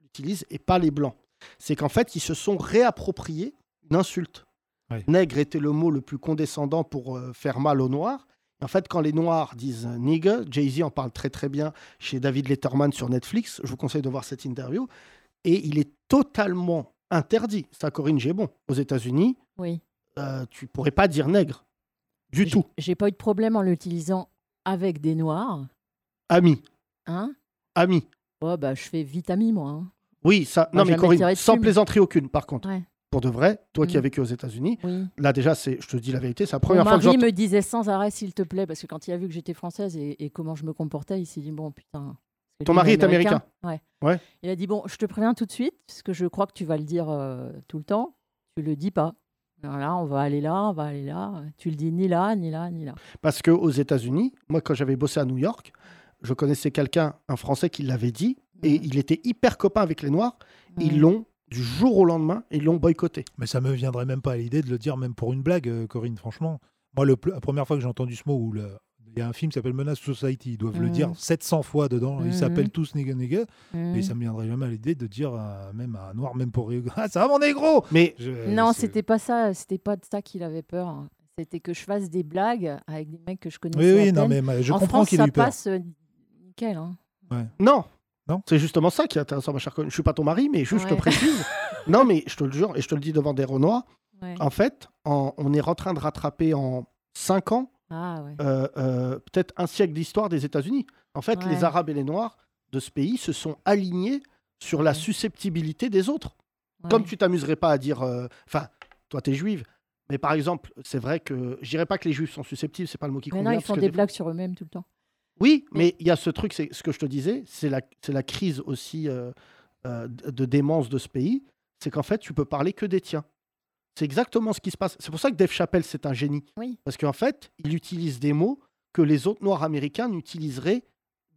l'utilisent et pas les Blancs. C'est qu'en fait, ils se sont réappropriés une insulte.
Ouais.
Nègre était le mot le plus condescendant pour euh, faire mal aux Noirs. En fait, quand les Noirs disent euh, nigger, Jay-Z en parle très très bien chez David Letterman sur Netflix. Je vous conseille de voir cette interview. Et il est totalement interdit. Ça, Corinne Gébon, aux États-Unis,
Oui.
euh, tu pourrais pas dire nègre. Du tout.
J'ai pas eu de problème en l'utilisant avec des noirs.
Ami.
Hein
Ami.
oh, bah, je fais vite ami, moi. hein.
Oui, ça.
Moi,
non, mais
jamais
Corinne,
tiré dessus,
sans
mais-
plaisanterie aucune, par contre.
Ouais.
Pour de vrai, toi qui as
Mm.
vécu aux États-Unis,
Oui.
là déjà, c'est, je te dis la vérité, c'est la
Mon
première fois que
mari
j'entends.
me disait sans arrêt, s'il te plaît, parce que quand il a vu que j'étais française et, et comment je me comportais, il s'est dit Bon, putain.
Ton mari est américain.
Ouais.
Ouais.
Il a dit Bon, je te préviens tout de suite, parce que je crois que tu vas le dire euh, tout le temps. Tu le dis pas. Alors là, on va aller là, on va aller là. Tu le dis ni là, ni là, ni là.
Parce que aux États-Unis, moi, quand j'avais bossé à New York, je connaissais quelqu'un, un Français, qui l'avait dit, et
Mm.
il était hyper copain avec les Noirs. Ils l'ont, du jour au lendemain, ils l'ont boycotté.
Mais ça me viendrait même pas à l'idée de le dire, même pour une blague, euh, Corinne, franchement. Moi, le pl- la première fois que j'ai entendu ce mot, où le- il y a un film qui s'appelle Menace Society, ils doivent le
Mhm.
Mmh.
dire 700 fois dedans,
Mhm.
ils s'appellent tous nigga nigga,
Mm.
mais ça me viendrait jamais à l'idée de dire à- même à un noir, même pour. [LAUGHS] Ah, ça va mon négro
Mais
Je-
Non,
c'est-
c'était pas ça. C'était pas de ça qu'il avait peur. hein. C'était que je fasse des blagues avec des mecs que je
Oui,
connaissais. à
oui, non,
peine.
mais ma- je
en
comprends
France,
qu'il
ça
ait eu peur.
passe euh, nickel. hein.
non.
Non.
C'est justement ça qui est intéressant, ma chère Corinne. Je suis pas ton mari, mais juste je te
Ouais. [LAUGHS]
précise. non, mais je te le jure, et je te le dis devant des Renois,
Ouais.
En fait, en- on est en train de rattraper en 5 ans,
Ah ouais.
euh, euh, peut-être un siècle d'histoire des États-Unis. En fait,
Ouais.
les Arabes et les Noirs de ce pays se sont alignés sur la
Ouais.
susceptibilité des autres.
ouais.
Comme tu t'amuserais pas à dire. euh, Enfin, toi, t'es juive. Mais par exemple, c'est vrai que. Je dirais pas que les juifs sont susceptibles, c'est pas le mot qui
Mais
convient.
non, ils
parce
font
que
des
des-
blagues sur eux-mêmes tout le temps.
Oui, mais il y a ce truc, c'est ce que je te disais, c'est la, c'est la crise aussi euh, euh, de de démence de ce pays. C'est qu'en fait, tu peux parler que des tiens. C'est exactement ce qui se passe. C'est pour ça que Dave Chappelle, c'est un génie.
Oui.
Parce qu'en fait, il utilise des mots que les autres Noirs américains n'utiliseraient,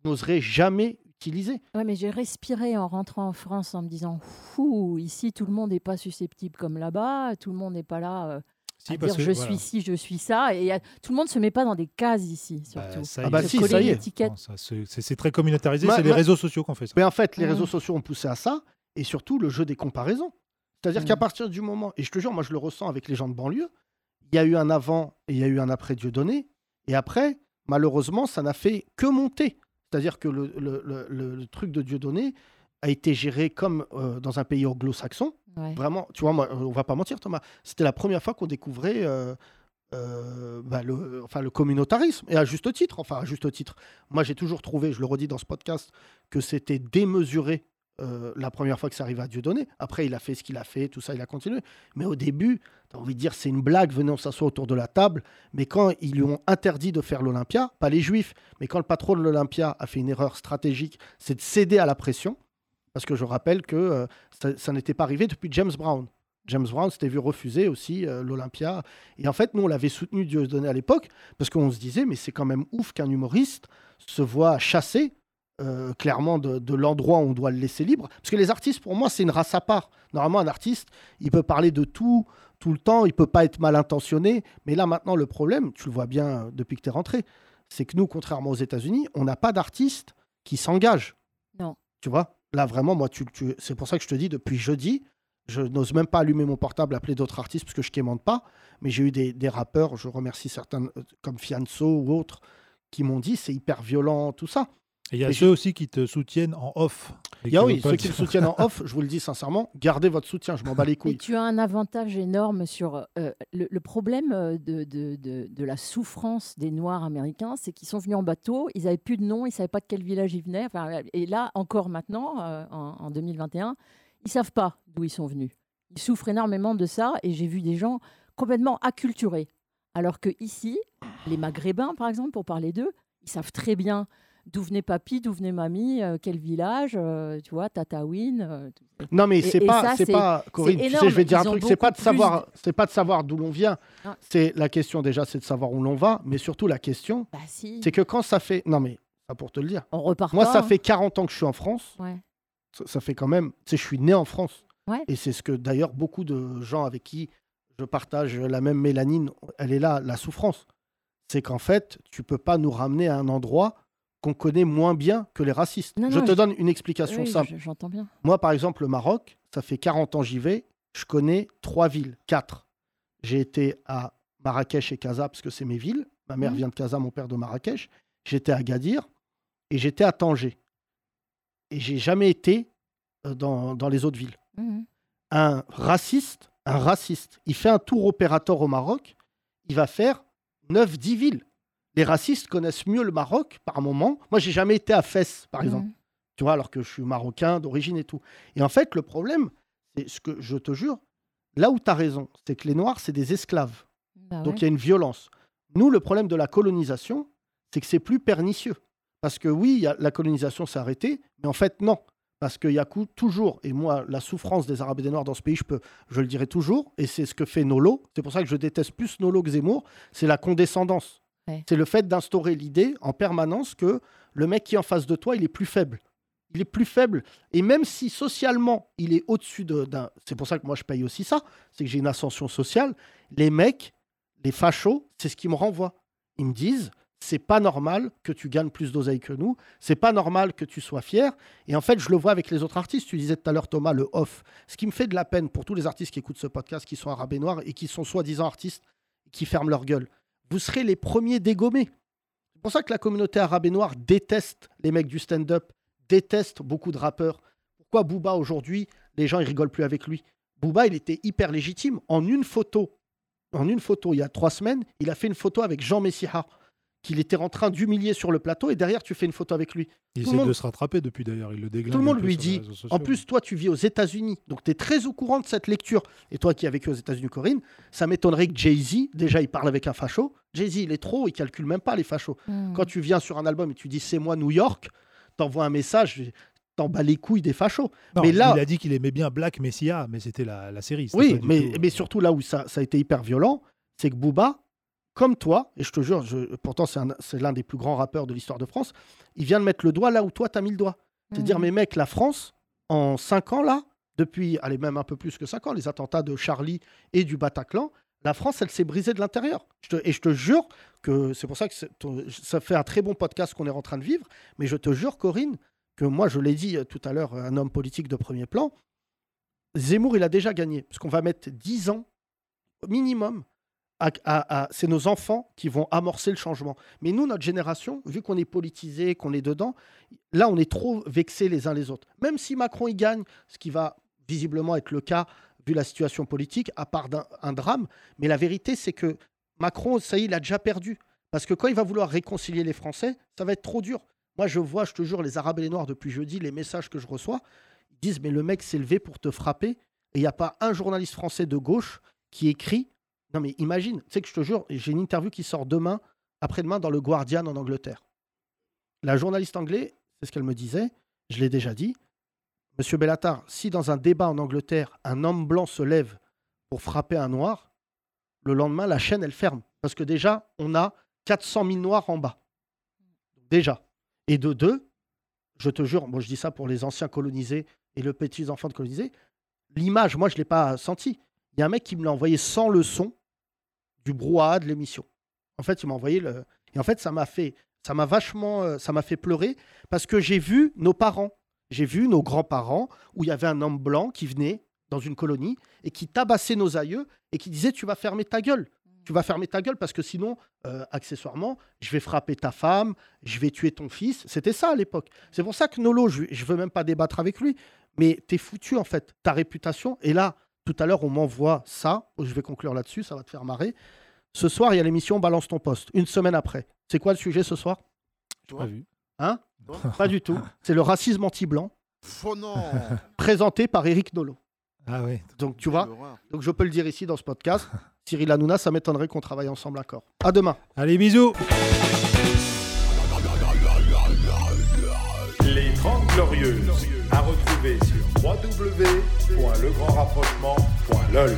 n'oseraient jamais utiliser.
Ouais, mais j'ai respiré en rentrant en France en me disant Ouh, ici tout le monde n'est pas susceptible comme là-bas, tout le monde n'est pas là. euh,
Si,
à
parce
dire
que-
je
voilà.
suis ci, je suis ça. Et euh, tout le monde se met pas dans des cases ici, surtout.
ça
Ah bah
Se
si,
coller
ça y est.
l'étiquette.
Non, ça, c'est- C'est c'est très communautarisé,
Ma-
c'est les
ma-
réseaux sociaux qui ont fait ça.
Mais en fait, les
Mm.
réseaux sociaux ont poussé à ça, et surtout le jeu des comparaisons. C'est-à-dire
Mm.
qu'à partir du moment, et je te jure, moi je le ressens avec les gens de banlieue, il y a eu un avant et il y a eu un après Dieudonné, et après, malheureusement, ça n'a fait que monter. C'est-à-dire que le, le- le- le- le truc de Dieudonné a été géré comme euh, dans un pays anglo-saxon.
Ouais.
Vraiment, tu vois, moi, euh, on va pas mentir, Thomas, c'était la première fois qu'on découvrait euh, euh, bah, le, enfin, le communautarisme, et à juste titre. Enfin, à juste titre. Moi, j'ai toujours trouvé, je le redis dans ce podcast, que c'était démesuré euh, la première fois que ça arrivait à Dieudonné. Après, il a fait ce qu'il a fait, tout ça, il a continué. Mais au début, tu as envie de dire, c'est une blague, venez, on s'assoit autour de la table. Mais quand ils lui ont interdit de faire l'Olympia, pas les Juifs, mais quand le patron de l'Olympia a fait une erreur stratégique, c'est de céder à la pression. Parce que je rappelle que euh, ça, ça n'était pas arrivé depuis James Brown. James Brown s'était vu refuser aussi euh, l'Olympia. Et en fait, nous, on l'avait soutenu Dieudonné à l'époque, parce qu'on se disait, mais c'est quand même ouf qu'un humoriste se voit chassé euh, clairement de, de l'endroit où on doit le laisser libre. Parce que les artistes, pour moi, c'est une race à part. Normalement, un artiste, il peut parler de tout, tout le temps, il peut pas être mal intentionné. Mais là, maintenant, le problème, tu le vois bien euh, depuis que tu es rentré, c'est que nous, contrairement aux États-Unis, on n'a pas d'artiste qui s'engage.
Non.
Tu vois Là, vraiment, moi, tu, tu- c'est pour ça que je te dis, depuis jeudi, je n'ose même pas allumer mon portable, appeler d'autres artistes, parce que je quémande pas. Mais j'ai eu des, des rappeurs, je remercie certains, euh, comme Fianso ou autres, qui m'ont dit, c'est hyper violent, tout ça.
Et il y a
Mais
ceux aussi qui te soutiennent en off. et
Il y a
qui
oui,
veulent pas
ceux
te-
qui
[LAUGHS]
me soutiennent en off, je vous le dis sincèrement, gardez votre soutien, je m'en bats les
Mais
couilles.
tu as un avantage énorme sur euh, le, le problème euh, de, de- de- de la souffrance des Noirs américains, c'est qu'ils sont venus en bateau, ils n'avaient plus de nom, ils ne savaient pas de quel village ils venaient. Enfin, et là, encore maintenant, euh, en, en 2021, ils ne savent pas d'où ils sont venus. Ils souffrent énormément de ça et j'ai vu des gens complètement acculturés. Alors que ici, les Maghrébins, par exemple, pour parler d'eux, ils savent très bien d'où venait papy, d'où venait mamie, euh, quel village, euh, tu vois, Tataouine. euh,
Non mais
Et-
c'est
et
pas,
ça,
c'est
c'est-
pas Corinne.
c'est
Tu sais, je vais te dire un
énorme, ils
truc,
ont
c'est pas de
beaucoup
savoir, c'est pas de savoir d'où l'on vient.
Ah.
C'est la question déjà, c'est de savoir où l'on va, mais surtout la question,
bah si,
c'est que quand ça fait, non mais ça pour te le dire.
on repart
Moi,
pas,
ça
hein.
fait 40 ans que je suis en France.
Ouais.
Ça, ça fait quand même, tu sais, je suis né en France.
Ouais.
Et c'est ce que d'ailleurs beaucoup de gens avec qui je partage la même mélanine, elle est là, la souffrance. C'est qu'en fait, tu peux pas nous ramener à un endroit qu'on connaît moins bien que les racistes.
Non,
je
non,
te
je-
donne une explication
Oui,
simple.
je- J'entends bien.
Moi, par exemple, le Maroc, ça fait 40 ans j'y vais. Je connais trois villes, quatre. J'ai été à Marrakech et Casa parce que c'est mes villes. Ma mère
Mhm.
vient de Casa, mon père de Marrakech. J'étais à Gadir et j'étais à Tanger. Et j'ai jamais été euh, dans, dans les autres villes.
Mhm.
Un raciste, un raciste, il fait un tour opérateur au Maroc, il va faire 9-10 villes. Les racistes connaissent mieux le Maroc par moment. Moi, j'ai jamais été à Fès, par exemple
Mhm.
tu vois, alors que je suis marocain d'origine et tout. Et en fait, le problème, c'est ce que je te jure, là où tu as raison, c'est que les Noirs, c'est des esclaves.
Bah
Donc
ouais.
il y a une violence. Nous, le problème de la colonisation, c'est que c'est plus pernicieux. Parce que oui, il y a- la colonisation s'est arrêtée, mais en fait, non. Parce qu'il y a cou- toujours, et moi, la souffrance des Arabes et des Noirs dans ce pays, je, peux, je le dirai toujours, et c'est ce que fait Nolo. C'est pour ça que je déteste plus Nolo que Zemmour, c'est la condescendance.
Ouais.
C'est le fait d'instaurer l'idée en permanence que le mec qui est en face de toi, il est plus faible. Il est plus faible. Et même si socialement, il est au-dessus de- d'un. C'est pour ça que moi, je paye aussi ça, c'est que j'ai une ascension sociale. Les mecs, les fachos, c'est ce qui me renvoie. Ils me disent, c'est pas normal que tu gagnes plus d'oseille que nous, c'est pas normal que tu sois fier. Et en fait, je le vois avec les autres artistes. Tu disais tout à l'heure, Thomas, le off. Ce qui me fait de la peine pour tous les artistes qui écoutent ce podcast, qui sont arabes et noirs et qui sont soi-disant artistes, qui ferment leur gueule. Vous serez les premiers dégommés. C'est pour ça que la communauté arabe et noire déteste les mecs du stand-up, déteste beaucoup de rappeurs. Pourquoi Booba aujourd'hui, les gens ils rigolent plus avec lui Booba, il était hyper légitime. En une photo, en une photo, il y a trois semaines, il a fait une photo avec Jean Messiha, qu'il était en train d'humilier sur le plateau, et derrière, tu fais une photo avec lui.
Il
Tout
essaie
le monde-
de se rattraper depuis d'ailleurs, il le déglingue.
Tout le
un
monde
peu
lui
sur les
dit.
réseaux sociaux.
En plus, toi, tu vis aux États-Unis, donc tu es très au courant de cette lecture. Et toi qui as vécu aux États-Unis, Corinne, ça m'étonnerait que Jay-Z, déjà, il parle avec un facho. Jay-Z, il est trop, il calcule même pas les fachos.
Mhm.
Quand tu viens sur un album et tu dis c'est moi New York, t'envoies un message, t'en bats les couilles des fachos.
Non,
mais là-
il a dit qu'il aimait bien Black Messiah, mais c'était la, la série. c'était
Oui,
pas du
mais,
tout, euh,
mais surtout là où ça, ça a été hyper violent, c'est que Booba, comme toi, et je te jure, je- pourtant c'est un- c'est l'un des plus grands rappeurs de l'histoire de France, il vient de mettre le doigt là où toi t'as mis le doigt. C'est dire,
Mhm.
ah, mais mec, la France, en 5 ans là, depuis, allez, même un peu plus que 5 ans, les attentats de Charlie et du Bataclan, La France, elle s'est brisée de l'intérieur. Je te- Et je te jure que c'est pour ça que c'est- ça fait un très bon podcast qu'on est en train de vivre. Mais je te jure, Corinne, que moi, je l'ai dit euh, tout à l'heure, un homme politique de premier plan, Zemmour, il a déjà gagné. Parce qu'on va mettre 10 ans minimum. à- à- à- c'est nos enfants qui vont amorcer le changement. Mais nous, notre génération, vu qu'on est politisé, qu'on est dedans, là, on est trop vexés les uns les autres. Même si Macron il gagne, ce qui va visiblement être le cas vu la situation politique, à part d'un un drame. Mais la vérité, c'est que Macron, ça y est, il a déjà perdu. Parce que quand il va vouloir réconcilier les Français, ça va être trop dur. Moi, je vois, je te jure, les Arabes et les Noirs depuis jeudi, les messages que je reçois, ils disent Mais le mec s'est levé pour te frapper. Et il n'y a pas un journaliste français de gauche qui écrit Non, mais imagine, tu sais que je te jure, j'ai une interview qui sort demain, après-demain, dans le Guardian en Angleterre. La journaliste anglaise, c'est ce qu'elle me disait, je l'ai déjà dit. Monsieur Bellatar, si dans un débat en Angleterre, un homme blanc se lève pour frapper un noir, le lendemain, la chaîne, elle ferme. Parce que déjà, on a 400 000 noirs en bas. Déjà. Et de deux, je te jure, moi je dis ça pour les anciens colonisés et les petits enfants de colonisés, l'image, moi je ne l'ai pas senti. Il y a un mec qui me l'a envoyé sans le son du brouhaha de l'émission. En fait, il m'a envoyé le. Et en fait, ça m'a fait. Ça m'a vachement. euh, Ça m'a fait pleurer parce que j'ai vu nos parents. J'ai vu nos grands-parents où il y avait un homme blanc qui venait dans une colonie et qui tabassait nos aïeux et qui disait Tu vas fermer ta gueule. Tu vas fermer ta gueule parce que sinon, euh, accessoirement, je vais frapper ta femme, je vais tuer ton fils. C'était ça à l'époque. C'est pour ça que Nolo, je ne veux même pas débattre avec lui, mais t'es foutu en fait. Ta réputation. Et là, tout à l'heure, on m'envoie ça. Je vais conclure là-dessus, ça va te faire marrer. Ce soir, il y a l'émission Balance ton poste, une semaine après. C'est quoi le sujet ce soir
Toi
Hein [LAUGHS] Pas du tout. C'est le racisme anti-blanc,
Oh non
présenté par Eric Nolo.
Ah oui.
Donc tu vois, donc je peux le dire ici dans ce podcast. Cyril Hanouna, ça m'étonnerait qu'on travaille ensemble encore. À demain.
Allez, bisous.
Les 30 Glorieuses. À retrouver sur www.legrandrapprochement.lol.